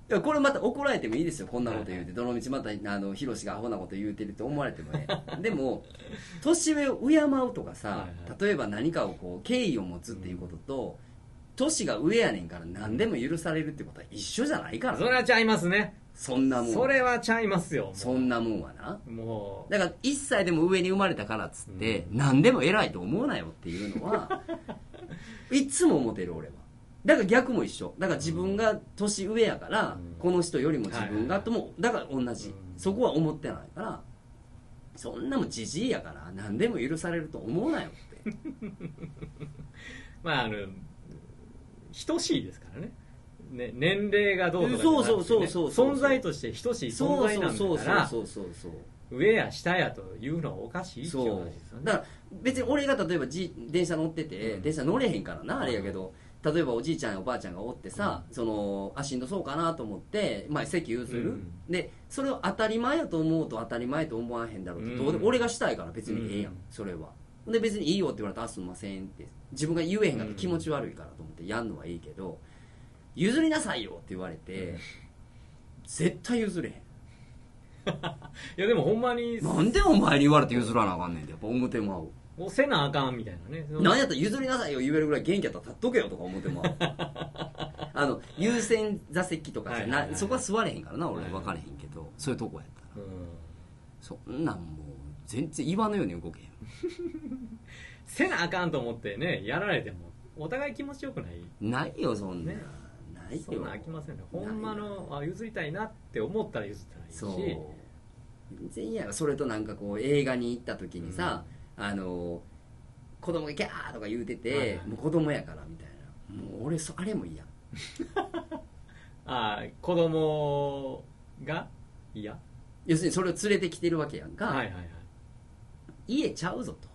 いやこれまた怒られてもいいですよこんなこと言うはて、どのみちまたあのヒロシがアホなこと言うてるって思われてもね でも年上を敬うとかさ、はいは例えば何かをこう敬意を持つっていうことと、年が上やねんから何でも許されるってことは一緒じゃないからそれはちゃいますねそんなもんそれはちゃいますよもうそんなもんはなもだから1歳でも上に生まれたからっつって、うん何でも偉いと思うなよっていうの はいつも思ってる俺はだから逆も一緒だから自分が年上やから、うんこの人よりも自分はいはいはがいとも、だから同じ、うんそこは思ってないからそんなもんじじいやから何でも許されると思うなよってうまああの等しいですからねね年齢がどうとかじゃなくてそうそうそうそうね存在として等しい 存そう在そなうそんうだそかうらそうそうそう上や下やというのはおかしいっていうそ話うですよだねから別に俺が例えばじ電車乗ってて、うん電車乗れへんからなあれやけど例えばおじいちゃんやおばあちゃんがおってさ、そのあしんどそうかなと思って、まあ、席譲る、うんでそれを当たり前やと思うと当たり前と思わへんだろうと、うんどうで俺がしたいから別にええやん、うんそれはで別にいいよって言われたらあすんませんって自分が言えへんから気持ち悪いからと思ってやんのはいいけど譲りなさいよって言われて、うん絶対譲れへんいやでもほんまになんでお前に言われて譲らなあかんねんってやっぱ思てまうもうせなあかんみたいなねそのなんやったら譲りなさいよ言えるぐらい元気やったら立っとけよとか思っ てもあの優先座席とかはさいはいはいなそこは座れへんからな俺はいはい分かれへんけどそういうとこやったらうんそんなんもう全然岩のように動けへんせなあかんと思ってねやられてもお互い気持ちよくないないよそんなんねないそんよな飽きませんねほんまのあ譲りたいなって思ったら譲ったらいいしそう全然やろそれとなんかこう映画に行った時にさ、あの子供がギャーとか言うてて、はいはいもう子供やからみたいなもう俺そあれも嫌あー子供が嫌は要するにそれを連れてきてるわけやんか、いはい家ちゃうぞと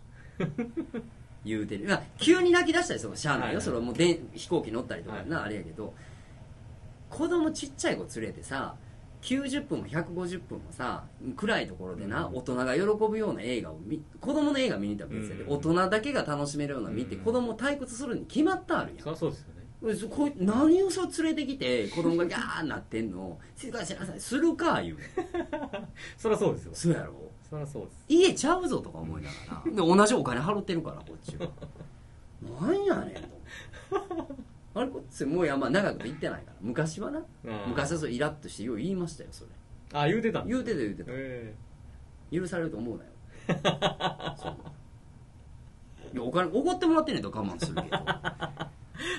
言うてるまあ急に泣き出したりするのはしゃあないよ、はいはいそれはもうで飛行機乗ったりとかな、はいあれやけど子供ちっちゃい子連れてさ90分も150分もさ暗いところでな、うん大人が喜ぶような映画を見子供の映画見に行ったら別やで、うん大人だけが楽しめるような見て、うん子供退屈するに決まったあるやんそりゃそうですよねそこい何をそう連れてきて子供がギャーなってんの静かにしなさいする か言うのそりゃそうですよそうやろそりゃそうです家ちゃうぞとか思いながら で同じお金払ってるからこっちはなんやねんと思ってあれこっちもういやまあ長いこと言ってないから昔はなうん昔はそうイラッとしてよう言いましたよそれあ言うてたんです言うてた言うてたえ許されると 思うなよそんないやお金怒ってもらってんねんと我慢するけどえ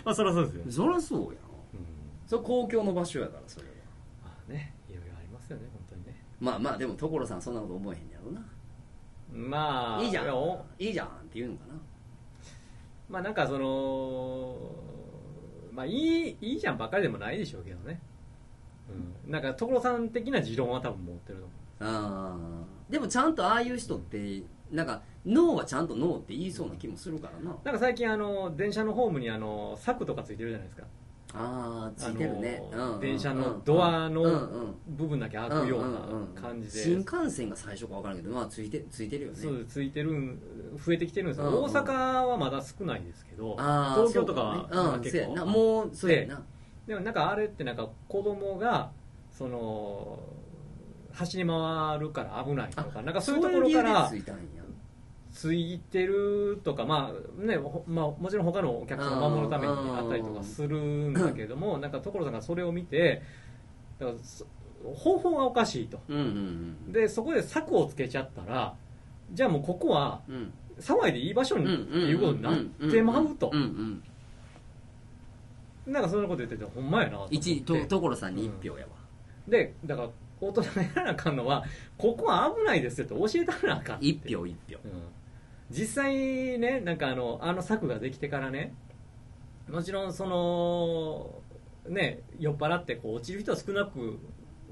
まあそりゃそうですよねそりゃそうやんうんそれ公共の場所やからそれはまあねいろいろありますよね本当にねまあまあでも所さんそんなこと思えへんやろなまあいいじゃんやおいいじゃんって言うのかなまあなんかそのまあいいいいじゃんばっかりでもないでしょうけどねうんなんか所さん的な持論は多分持ってると思あーでもちゃんとああいう人ってなんか脳はちゃんと脳って言いそうな気もするからなうなんか最近あの電車のホームにあの柵とかついてるじゃないですかああついてるね、あのーうんうん電車のドアのうんうん部分だけ開くような感じで、新幹線が最初か分からんけどまあついてついてるよねそうついてるん増えてきてるんですよ、うんうん大阪はまだ少ないですけどあー東京とかはそまうねあうん、結そう構やなもうそうやなでもなんかあれってなんか子供がその走り回るから危ないとかなんかそういうところからそういう理由でついたんやついてるとかまあねほまあもちろん他のお客さんを守るためにあったりとかするんだけど もなんか所さんがそれを見てだからそ方法がおかしいとうんうんでそこで策をつけちゃったらじゃあもうここはうんうん騒いでいい場所うにんっていうことになってまうとんんんなんかそんなこと言っててほんまやなと思って一と所さんに1票やわ、でだから大人がやらなあかんのはここは危ないですよって教えたらなあかんって一票一票うん実際ねなんかあのあの策ができてからねもちろんそのね酔っ払ってこう落ちる人は少なく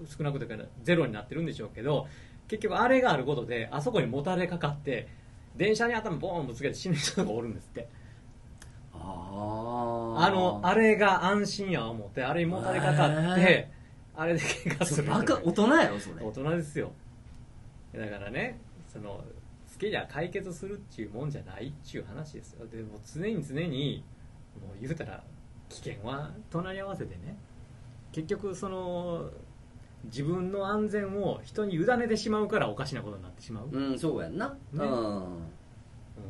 少なくというかゼロになってるんでしょうけど結局あれがあることであそこにもたれかかって電車に頭ボーンぶつけて死ぬ人がおるんですってああのああれが安心や思ってあれにもたれかかってへあれで怪我すそれるバカ大人やろそれ大人ですよだからねその好きじゃ解決するっていうもんじゃないっていう話ですよでも常に常にもう言うたら危険は隣り合わせでね結局その自分の安全を人に委ねてしまうからおかしなことになってしまう、うんそうやんな、うん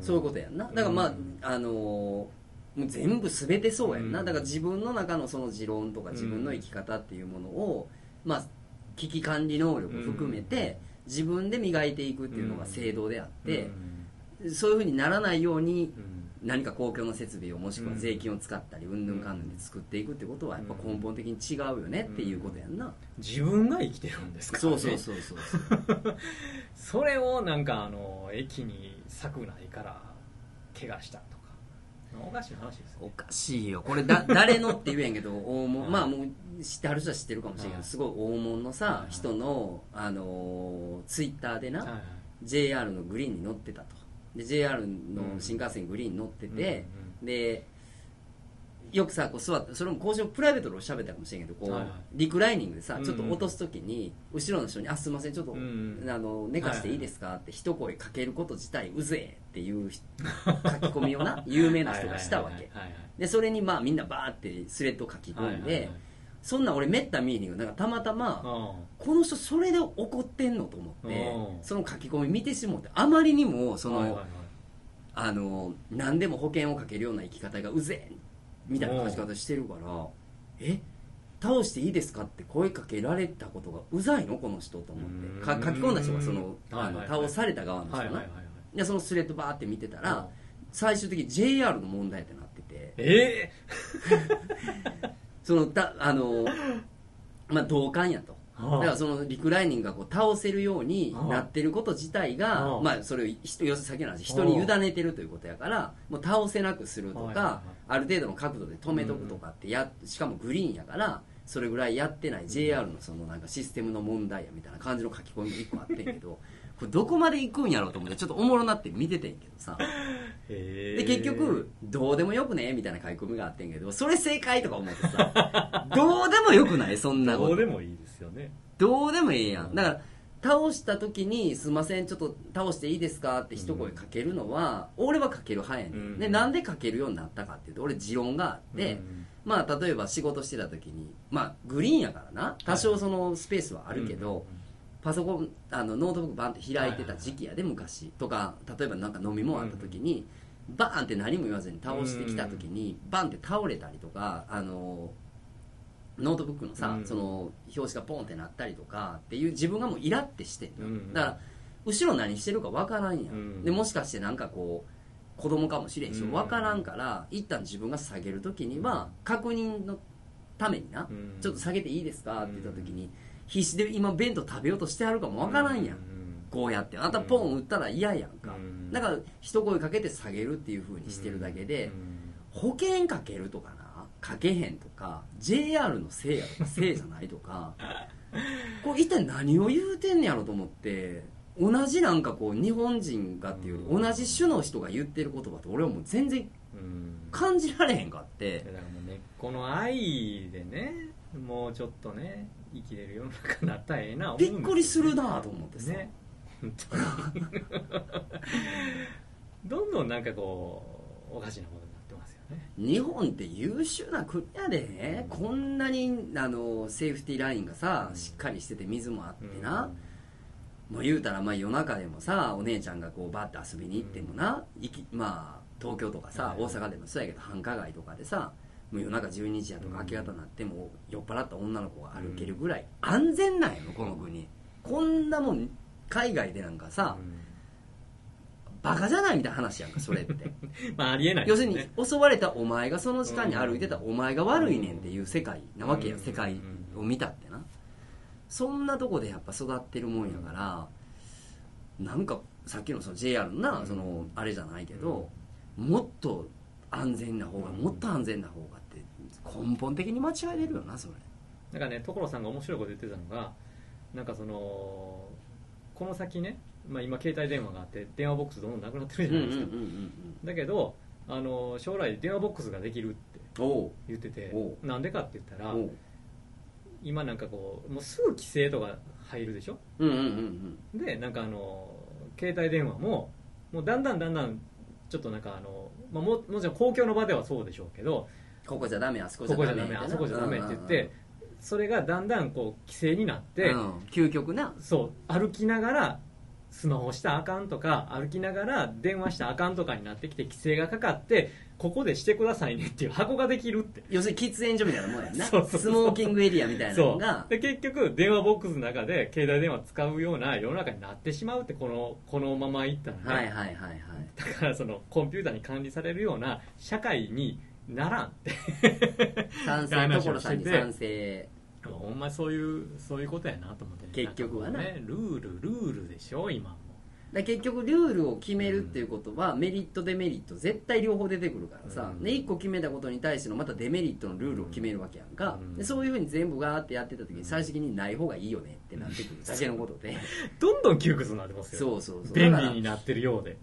そういうことやんなだからまあ、うんあのーもう全部全てそうやんな、うんだから自分の中のその持論とかうん自分の生き方っていうものを、まあ危機管理能力含めて、自分で磨いていくっていうのが正道であっうんて、そういうふうにならないようにうん何か公共の設備をもしくは税金を使ったりうんぬんかんぬんで作っていくってことはやっぱ根本的に違うよねっていうことやんな、自分が生きてるんですから、そね、うそうそうそうそうそれをなんかあの駅に柵ないから怪我したとかおかしい話ですよおかしいよこれだ 誰のって言えんけど大は物いまあもう知ってはる人は知ってるかもしれんけはどいすごい大物のはさい人のあのーツイッターではいはない JR のグリーンに乗ってたとで JR の新幹線グリーンに乗っててでよくさこう座ってそれも交渉プライベートで喋ったかもしれんけどこはいうはいリクライニングでさうんちょっと落とす時に後ろの人に「あすいませんちょっとうんあの寝かしていいですか?」って一声かけること自体「うぜえ」っていう書き込みをな有名な人がしたわけはいはいはいでそれにまあみんなバーってスレッド書きはい込んで、そんなん俺めったに見えにんけどなんかたまたま、うこの人それで怒ってんのと思ってうんその書き込み見てしもうてあまりにもそんの、はいはいはいあの何でも保険をかけるような生き方がうぜえみたいな書き方してるからえ倒していいですかって声かけられたことがうざいのこの人と思うっんてか書き込んだ人がその,、はいはいはいあの倒された側の人な、はいはいはいはいでそのスレッドバーって見てたら、最終的に JR の問題ってなってて。えそのだあの、まあ、同感やと、ああだからそのリクライニングがこう倒せるようになってること自体あがあまあそれを人要するに先の話人に委ねてるということやからもう倒せなくするとはいはいはいかある程度の角度で止めとくとかってやっしかもグリーンやからそれぐらいやってない JR のそのなんかシステムの問題やみたいな感じの書き込みが1個あってんけ どこれどこまで行くんやろうと思ってちょっとおもろなって見ててんけどさでで結局どうでもよくねみたいな書き込みがあってんけどそれ正解とか思って さどうでもよくないそんなことどうでもいいですよねどうでもいいやんだから倒した時に「すいませんちょっと倒していいですか?」って一声かけるのは、俺はかける派やねん、うんでなんでかけるようになったかっていうと俺持論があって、うんまあ例えば仕事してた時にまあグリーンやからな多少そのスペースはあるけど、パソコンあのノートブックバンって開いてた時期やで昔とか例えばなんか飲み物あった時に、バーンって何も言わずに倒してきた時に、バンって倒れたりとかあのノートブックのさ、うんその表紙がポンってなったりとかっていう自分がもうイラってしてんのよ、うんだから後ろ何してるか分からんやん、うんでもしかしてなんかこう子供かもしれんしうん分からんから一旦自分が下げる時には確認のためにな、うんちょっと下げていいですかって言った時に、必死で今弁当食べようとしてはるかもわからんやん、こうやってあんたポン打ったら嫌やんか、うんだから一声かけて下げるっていう風にしてるだけで、保険かけるとかなかけへんとか JR のせいやとかせいじゃないと かこれ一体何を言うてんねやろと思って同じなんかこう日本人がっていうようりん同じ種の人が言ってる言葉と俺はもう全然うん感じられへんかって、いやだからもう根っこの愛でねもうちょっとね生きれる世の中になったらええな思うんでびっよくりするなと思ってさ、ね本当にどんどんなんかこうおかしなことになってますよね日本って優秀な国やで、こんなにあのセーフティーラインがさ、うんしっかりしてて水もあってな、もう言うたらまあ夜中でもさお姉ちゃんがこうバッて遊びに行ってもな、行きまあ東京とかさ、はい大阪でもそうやけど繁華街とかでさもう夜中12時やとかうん明け方になっても酔っ払った女の子が歩けるぐらい安全なんやろこの国こんなもん海外でなんかさ、バカじゃないみたいな話やんかそれってうんまあありえない要ですするねに襲われたお前がその時間に歩いてたお前が悪いねんっていう世界なわけやうん世界を見たってなそんなとこでやっぱ育ってるもんやからなんかさっきのその JR のうなんそのあれじゃないけどもっと安全な方がもっと安全な方がって根本的に間違えれるよなそれなんかね所さんが面白いこと言ってたのがなんかそのこの先ね、まあ、今携帯電話があって電話ボックスどんどんなくなってるうんじゃうなんいですうんうか、んだけどあの将来電話ボックスができるってうんおう言ってておなんでかって言ったらおう今なんかこうもうすぐ規制とか入るでしょうんうんうんでなんかあの携帯電話ももうだんだんだんだんちょっとなんかあの、まあ、ももちろん公共の場ではそうでしょうけどここじゃダメあそここじゃこじダゃメダメあそこじゃダメって言ってそれがだんだんこう規制になって、うんうんうんうん究極なそう歩きながらスマホしたらあかんとか歩きながら電話したらあかんとかになってきて規制がかかってここでしてくださいねっていう箱ができるって要するに喫煙所みたいなもんやんな そうそうそうスモーキングエリアみたいなそのうがで結局電話ボックスの中で携帯電話使うような世の中になってしまうってこのこのままいったらね、はいはいはいはいだからそのコンピューターに管理されるような社会にならんって賛大成話所をしててさんに賛成ほんまそういうそういうことやなと思ってね結局はななんかもうねルールルールでしょ今もだ結局ルールを決めるっていうことはメリットデメリット絶対両方出てくるからさ、うんで1個決めたことに対してのまたデメリットのルールを決めるわけやんか、うんでそういうふうに全部ガーってやってた時に最終的にない方がいいよねってなってくるだけのこと でどんどん窮屈になってますよそうそうそう便だか利らになってるようで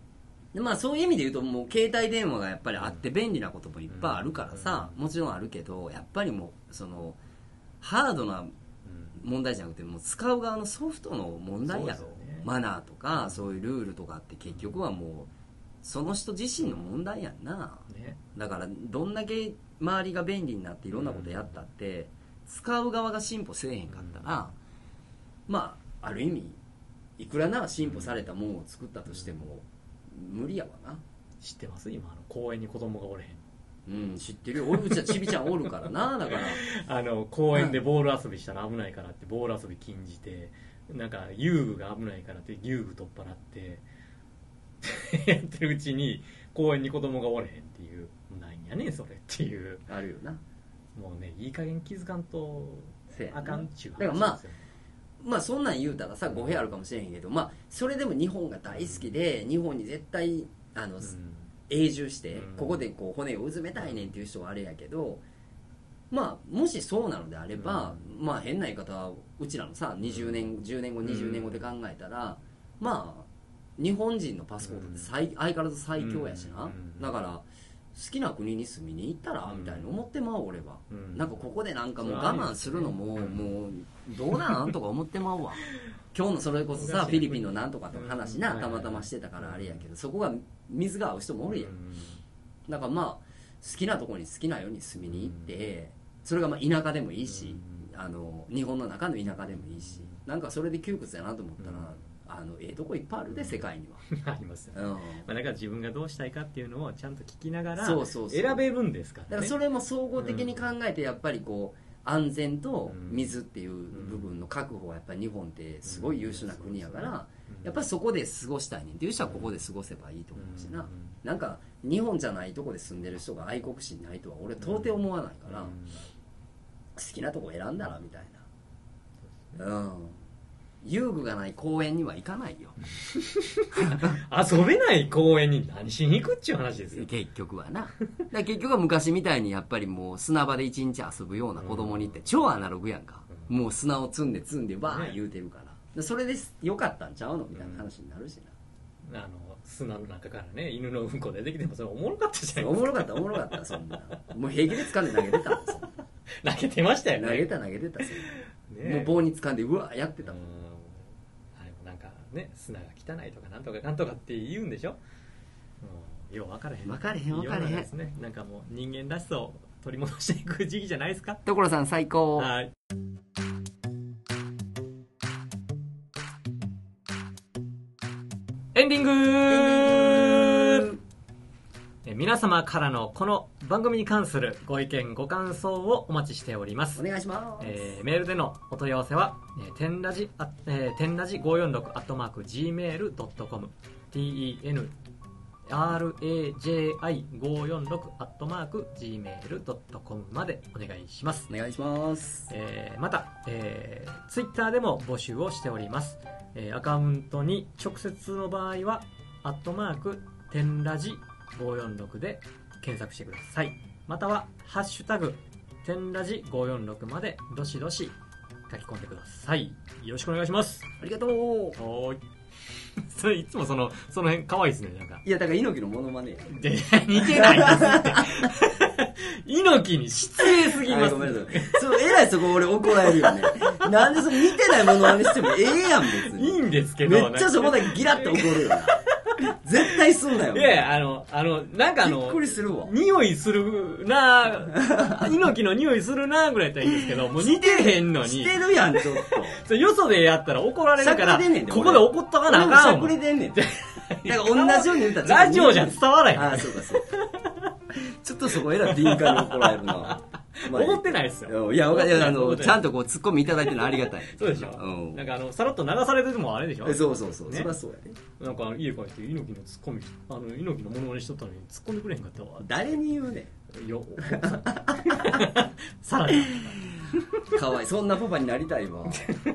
でまあそういう意味で言うともう携帯電話がやっぱりあって便利なこともいっぱいあるからさ、もちろんあるけどやっぱりもうそのハードな問題じゃなくてもう使う側のソフトの問題やろ、そうですよねマナーとかそういうルールとかって結局はもうその人自身の問題やんなねだからどんだけ周りが便利になっていろんなことやったって、使う側が進歩せえへんかったら、まあある意味いくらなら進歩されたもんを作ったとしても無理やわな知ってます今あの公園に子供がおれへんうん知ってるよ俺うちはちびちゃんおるからなだからあの公園でボール遊びしたら危ないからってボール遊び禁じてなんか遊具が危ないからって遊具取っ払って やってるうちに公園に子供がおれへんっていうなんやねんそれっていうあるよなもうねいい加減気づかんとせやなあかんっちゅうだからまあですよねまあそんなん言うたらさ語弊あるかもしれへんけどまあそれでも日本が大好きで日本に絶対あの、永住して、うんここでこう骨をうずめたいねんっていう人はあれやけどまあもしそうなのであれば、まあ変な言い方はうちらのさ20年10年後20年後で考えたら、まあ日本人のパスポートって最、相変わらず最強やしな、うんだから好きな国に住みに行ったら、うんみたいに思ってまう俺は、うんなんかここでなんかもうそれはあ我りますね慢するのも、うんもうどうなんとか思って まうわ今日のそれこそさフィリピンのなんとかの話な、うんたまたましてたからあれやけどそこが水が合う人もおるやん、うんだからまあ好きなとこに好きなように住みに行ってそれがまあ田舎でもいいし、あの日本の中の田舎でもいいしなんかそれで窮屈やなと思ったら、うんあのええとこいっぱいあるで世界にありますよねは、うん、まあ、だから自分がどうしたいかっていうのをちゃんと聞きながらそうそうそう選べるんですかだからねらそれも総合的に考えてやっぱりこう安全と水っていう部分の確保はやっぱり日本ってすごい優秀な国やからやっぱりそこで過ごしたいねんっていう人はここで過ごせばいいと思うしななんか日本じゃないとこで住んでる人が愛国心ないとは俺到底思わないから好きなとこ選んだらみたいなうん遊具がない公園には行かないよ遊べない公園に何しに行くっちゅう話ですよ結局はなだから結局は昔みたいにやっぱりもう砂場で一日遊ぶような子供にって超アナログやんかもう砂を積んで積んでバーン言うてるからでそれでよかったんちゃうのみたいな話になるしなあの砂の中からね犬のうんこ出てきてもそれおもろかったじゃなおいでもろかったおもろかったそんなもう平気で掴んで投げて たんですよすか投げてましたよね投げた投げてたそんなねもう棒に掴んでうわやってたうもんんあれもなんかね砂が汚いとかなんとかかんとかって言うんでしょもうよう分からへん分かれへん分かれへ世のん中ですねなんかもう人間らしさを取り戻していく時期じゃないですか所さん最高はいエンディングえ皆様からのこの番組に関するご意見ご感想をお待ちしておりますお願いしますえーメールでのお問い合わせは、えー、てんらじ、あえー、てんらじ546アットマーク gmail.com、ten, raji546 アットマーク gmail.com までお願いします。お願いしますえーまた、えー、ツイッターでも募集をしております、えーアカウントに直接の場合は「アットマーク天ラジ546」で検索してくださいまたは「ハッシュタグ天ラジ546」までどしどし書き込んでくださいよろしくお願いしますありがとうおーい それいつもそのその辺可愛いですねなんかいやだから猪木のモノマネやで似て ないですって猪木に失礼すぎまあすごめんなさいそうえらいそこ俺怒られるよ ねなんでその似てないモノマネしてもええやん別いいにんですけどめっちゃそこだけギラッと怒るよな絶対すんないよやいや、あの、あの、なんかあびっのく、りするわ匂いする なぁ、猪木の匂いするなぁぐらいやったらいいんですけど、もう似てへんのしにて、るやん ちょっとそれよそでやったら怒られるかしゃら、くれてんねんでここで怒っとかなあ俺もしかゃんくわれてんねんだから同じように言うたらラジオじゃ伝わらへんああそうかそうかちょっとそこえらい敏感に怒られるな 怒ってないいですよ。いやわかいやあ怒っのてないちゃんとこう突っ込みいただいてるのありがたいそうでしょうんなんかあの、さらっと流されててもあれでしょえそうそうそう、ねそりゃそうやねなんか家帰って猪木のツッコミ、あの、猪木のモノマネしとったのに突っ込んでくれへんかったわ。誰に言うねよ、 さらに。んかわいいそんなパパになりたいわ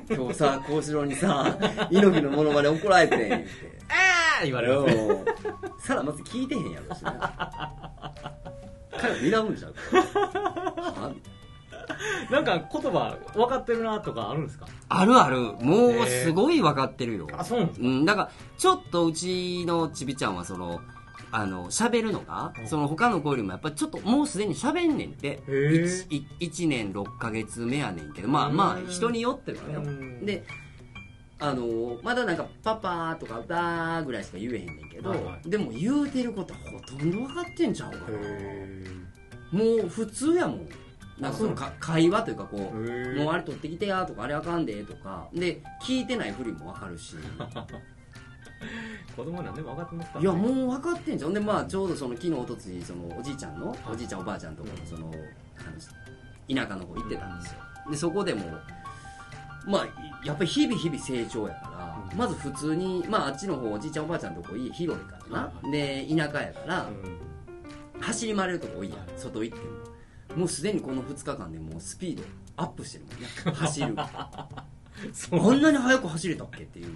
今日さ幸四郎にさ猪木のモノマネ怒られてん言ってあー言われますね。うんさらまず聞いてへんやろしな彼は睨むんじゃんかはみたいななんか言葉分かってるなとかあるんですかあるあるもうすごい分かってるよあ、そうなんですかうん、だからちょっとうちのちびちゃんはそのあの喋るのが、うんその他の子よりもやっぱちょっともうすでに喋んねんってへー 1, 年6ヶ月目やねんけどまあうんまあ人によってるわうよんであのまだなんか「パパ」とか「だ」ぐらいしか言えへんねんけど、はいはいでも言うてることほとんど分かってんちゃうかなもう普通やもんなんかそのか会話というかこうへえもうあれ取ってきてやとかあれあかんでとかで聞いてないふりも分かるし子供なんでも分かってますから、いやもう分かってんじゃんほんでまあちょうどその昨日おとついそのおじいちゃんのおじいちゃんおばあちゃんとかのそのあの田舎の方行ってたんですよでそこでもまあやっぱり日々日々成長やから、うんまず普通にまああっちの方おじいちゃんおばあちゃんのとこ家広いからな、で田舎やから、走り回れるとこ多いやん外行ってももうすでにこの2日間でもうスピードアップしてるもんね走る そこんなに速く走れたっけっていう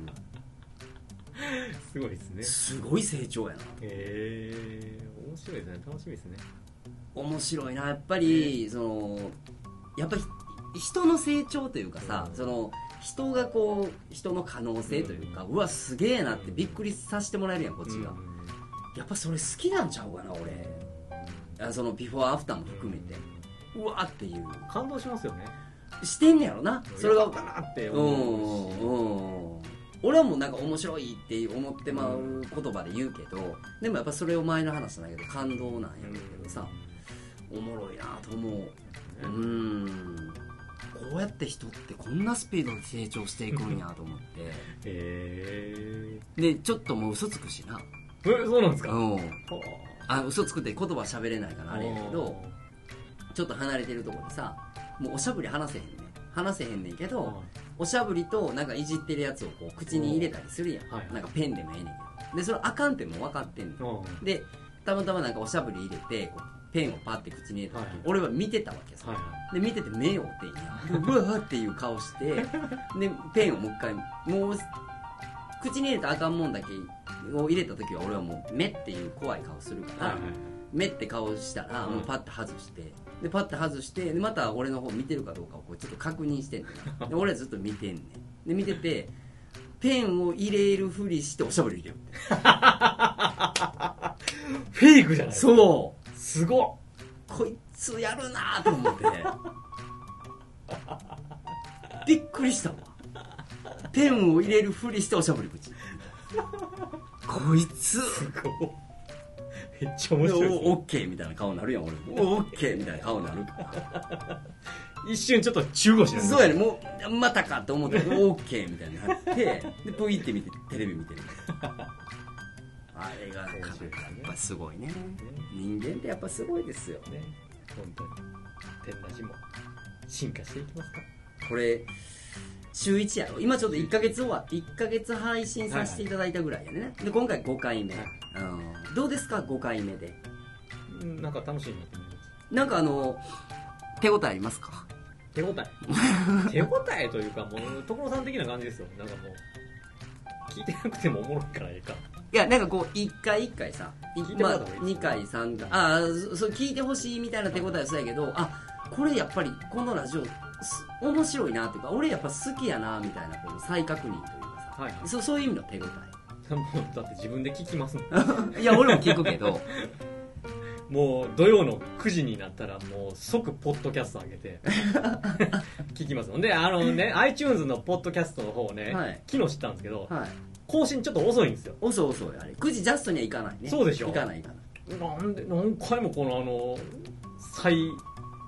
すごいですねすごい成長やなへえ面白いですね楽しみですね面白いなやっぱり、そのやっぱり人の成長というかさ、うんその人がこう人の可能性というか、うわすげえなってびっくりさせてもらえるやんこっちが、うんやっぱそれ好きなんちゃうかな俺あそのビフォーアフターも含めてうわっていう感動しますよねしてんねやろなそれがよかったなってう思うんしうん俺はもうなんか面白いって思ってまう言葉で言うけどでもやっぱそれを前の話じゃないけど感動なんやろうけどさおもろいなと思ううんこうやって人ってこんなスピードで成長していくんやと思っへえてでちょっともう嘘つくしなえそうなんですかうんあ嘘つくって言葉喋れないからあれやけどちょっと離れてるとこでさもうおしゃぶり話せへんねん話せへんねんけど、おしゃぶりとなんかいじってるやつをこう口に入れたりするやん、うんはいなんかペンでもええねんけどでそれあかんってもう分かってんのはでたまたまなんかおしゃぶり入れてこうペンをパッて口に入れた時、はい俺は見てたわけさ、いで見てて目を追ってんやでうわーっていう顔してでペンをもう一回もう口に入れたあかんもんだけを入れた時は俺はもう目っていう怖い顔するから、目って顔したらうんもうパッて外して、でパッて外してでまた俺の方見てるかどうかをこうちょっと確認してんねんで俺はずっと見てんねんで見ててペンを入れるふりしておしゃぶり入れようフェイクじゃないそうそうすごこいつやるなーと思ってびっくりしたわペンを入れるふりしておしゃぶり口こいつっすごっめっちゃ面白いでですおねオッケーみたいな顔になるやん俺もオッケーみたいな顔になるから一瞬ちょっと中腰になそうやねもうまたかと思って OK みたいになってでプイって見てテレビ見て るあれがやっ面白いですねぱすごいね人間ってやっぱすごいですよね本当に天ラジも進化していきますかこれ週1やろ今ちょっと1ヶ月は1ヶ月配信させていただいたぐらいやねで今回5回目、はいうんどうですか5回目でうんなんか楽しいなと思いますなんかあの手応えありますか手応え 手応えというかもう所さん的な感じですよなんかもう聞いてなくてもおもろいからええかいやなんかこう1回1回さ、い聞いてもまらっあた方がいい、 2回3回ああそそう聞いてほしいみたいな手応えはそうやけどあこれやっぱりこのラジオす面白いなとか俺やっぱ好きやなみたいなこの再確認というかはいはさそそういう意味の手応いもうだって自分で聞きますもんえいや俺も聞く けどもう土曜の9時になったらもう即ポッドキャスト上げて 聞きますもんであのね iTunes のポッドキャストの方をね、はい機能知ったんですけどはい更新ちょっと遅いんですよ遅い遅いあれ9時ジャストには行かないねそうでしょ行かない行かないなんで何回もこのあの再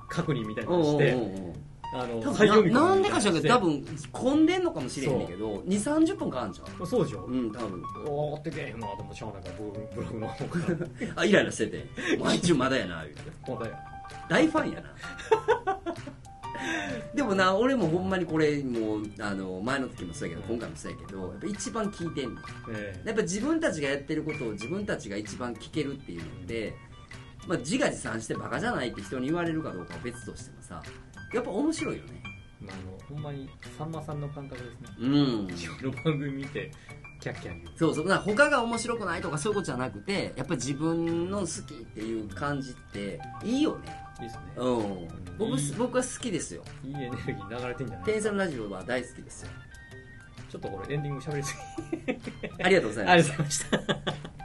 確認みたいなのしおうておうおうあの多再読分みななんみたいでかな知らのんしけてど多分混んでんのかもしれへんねんけど2 3 0分かかんちゃそうでしょううん多分おーってけえへんなと思ってしゃあ ないからブブログの方からあイライラしてて「毎週まだやな」言うてまたや大ファンやな でもな俺もほんまにこれもうあの前の時もそうやけど今回もそうやけどやっぱ一番聞いてんねんええやっぱ自分たちがやってることを自分たちが一番聞けるっていうので、まあ、自画自賛してバカじゃないって人に言われるかどうかは別としてもさやっぱ面白いよねまあ、あのほんまにさんまさんの感覚ですねうん自分の番組見てキャッキャ言うそうそうだから他が面白くないとかそういうことじゃなくてやっぱ自分の好きっていう感じっていいよねいいですねうん僕いい僕は好きですよいいエネルギー流れてんじゃ「ない天才のラジオ」は大好きですよちょっとこれエンディング喋りすぎありがとうございますありがとうございました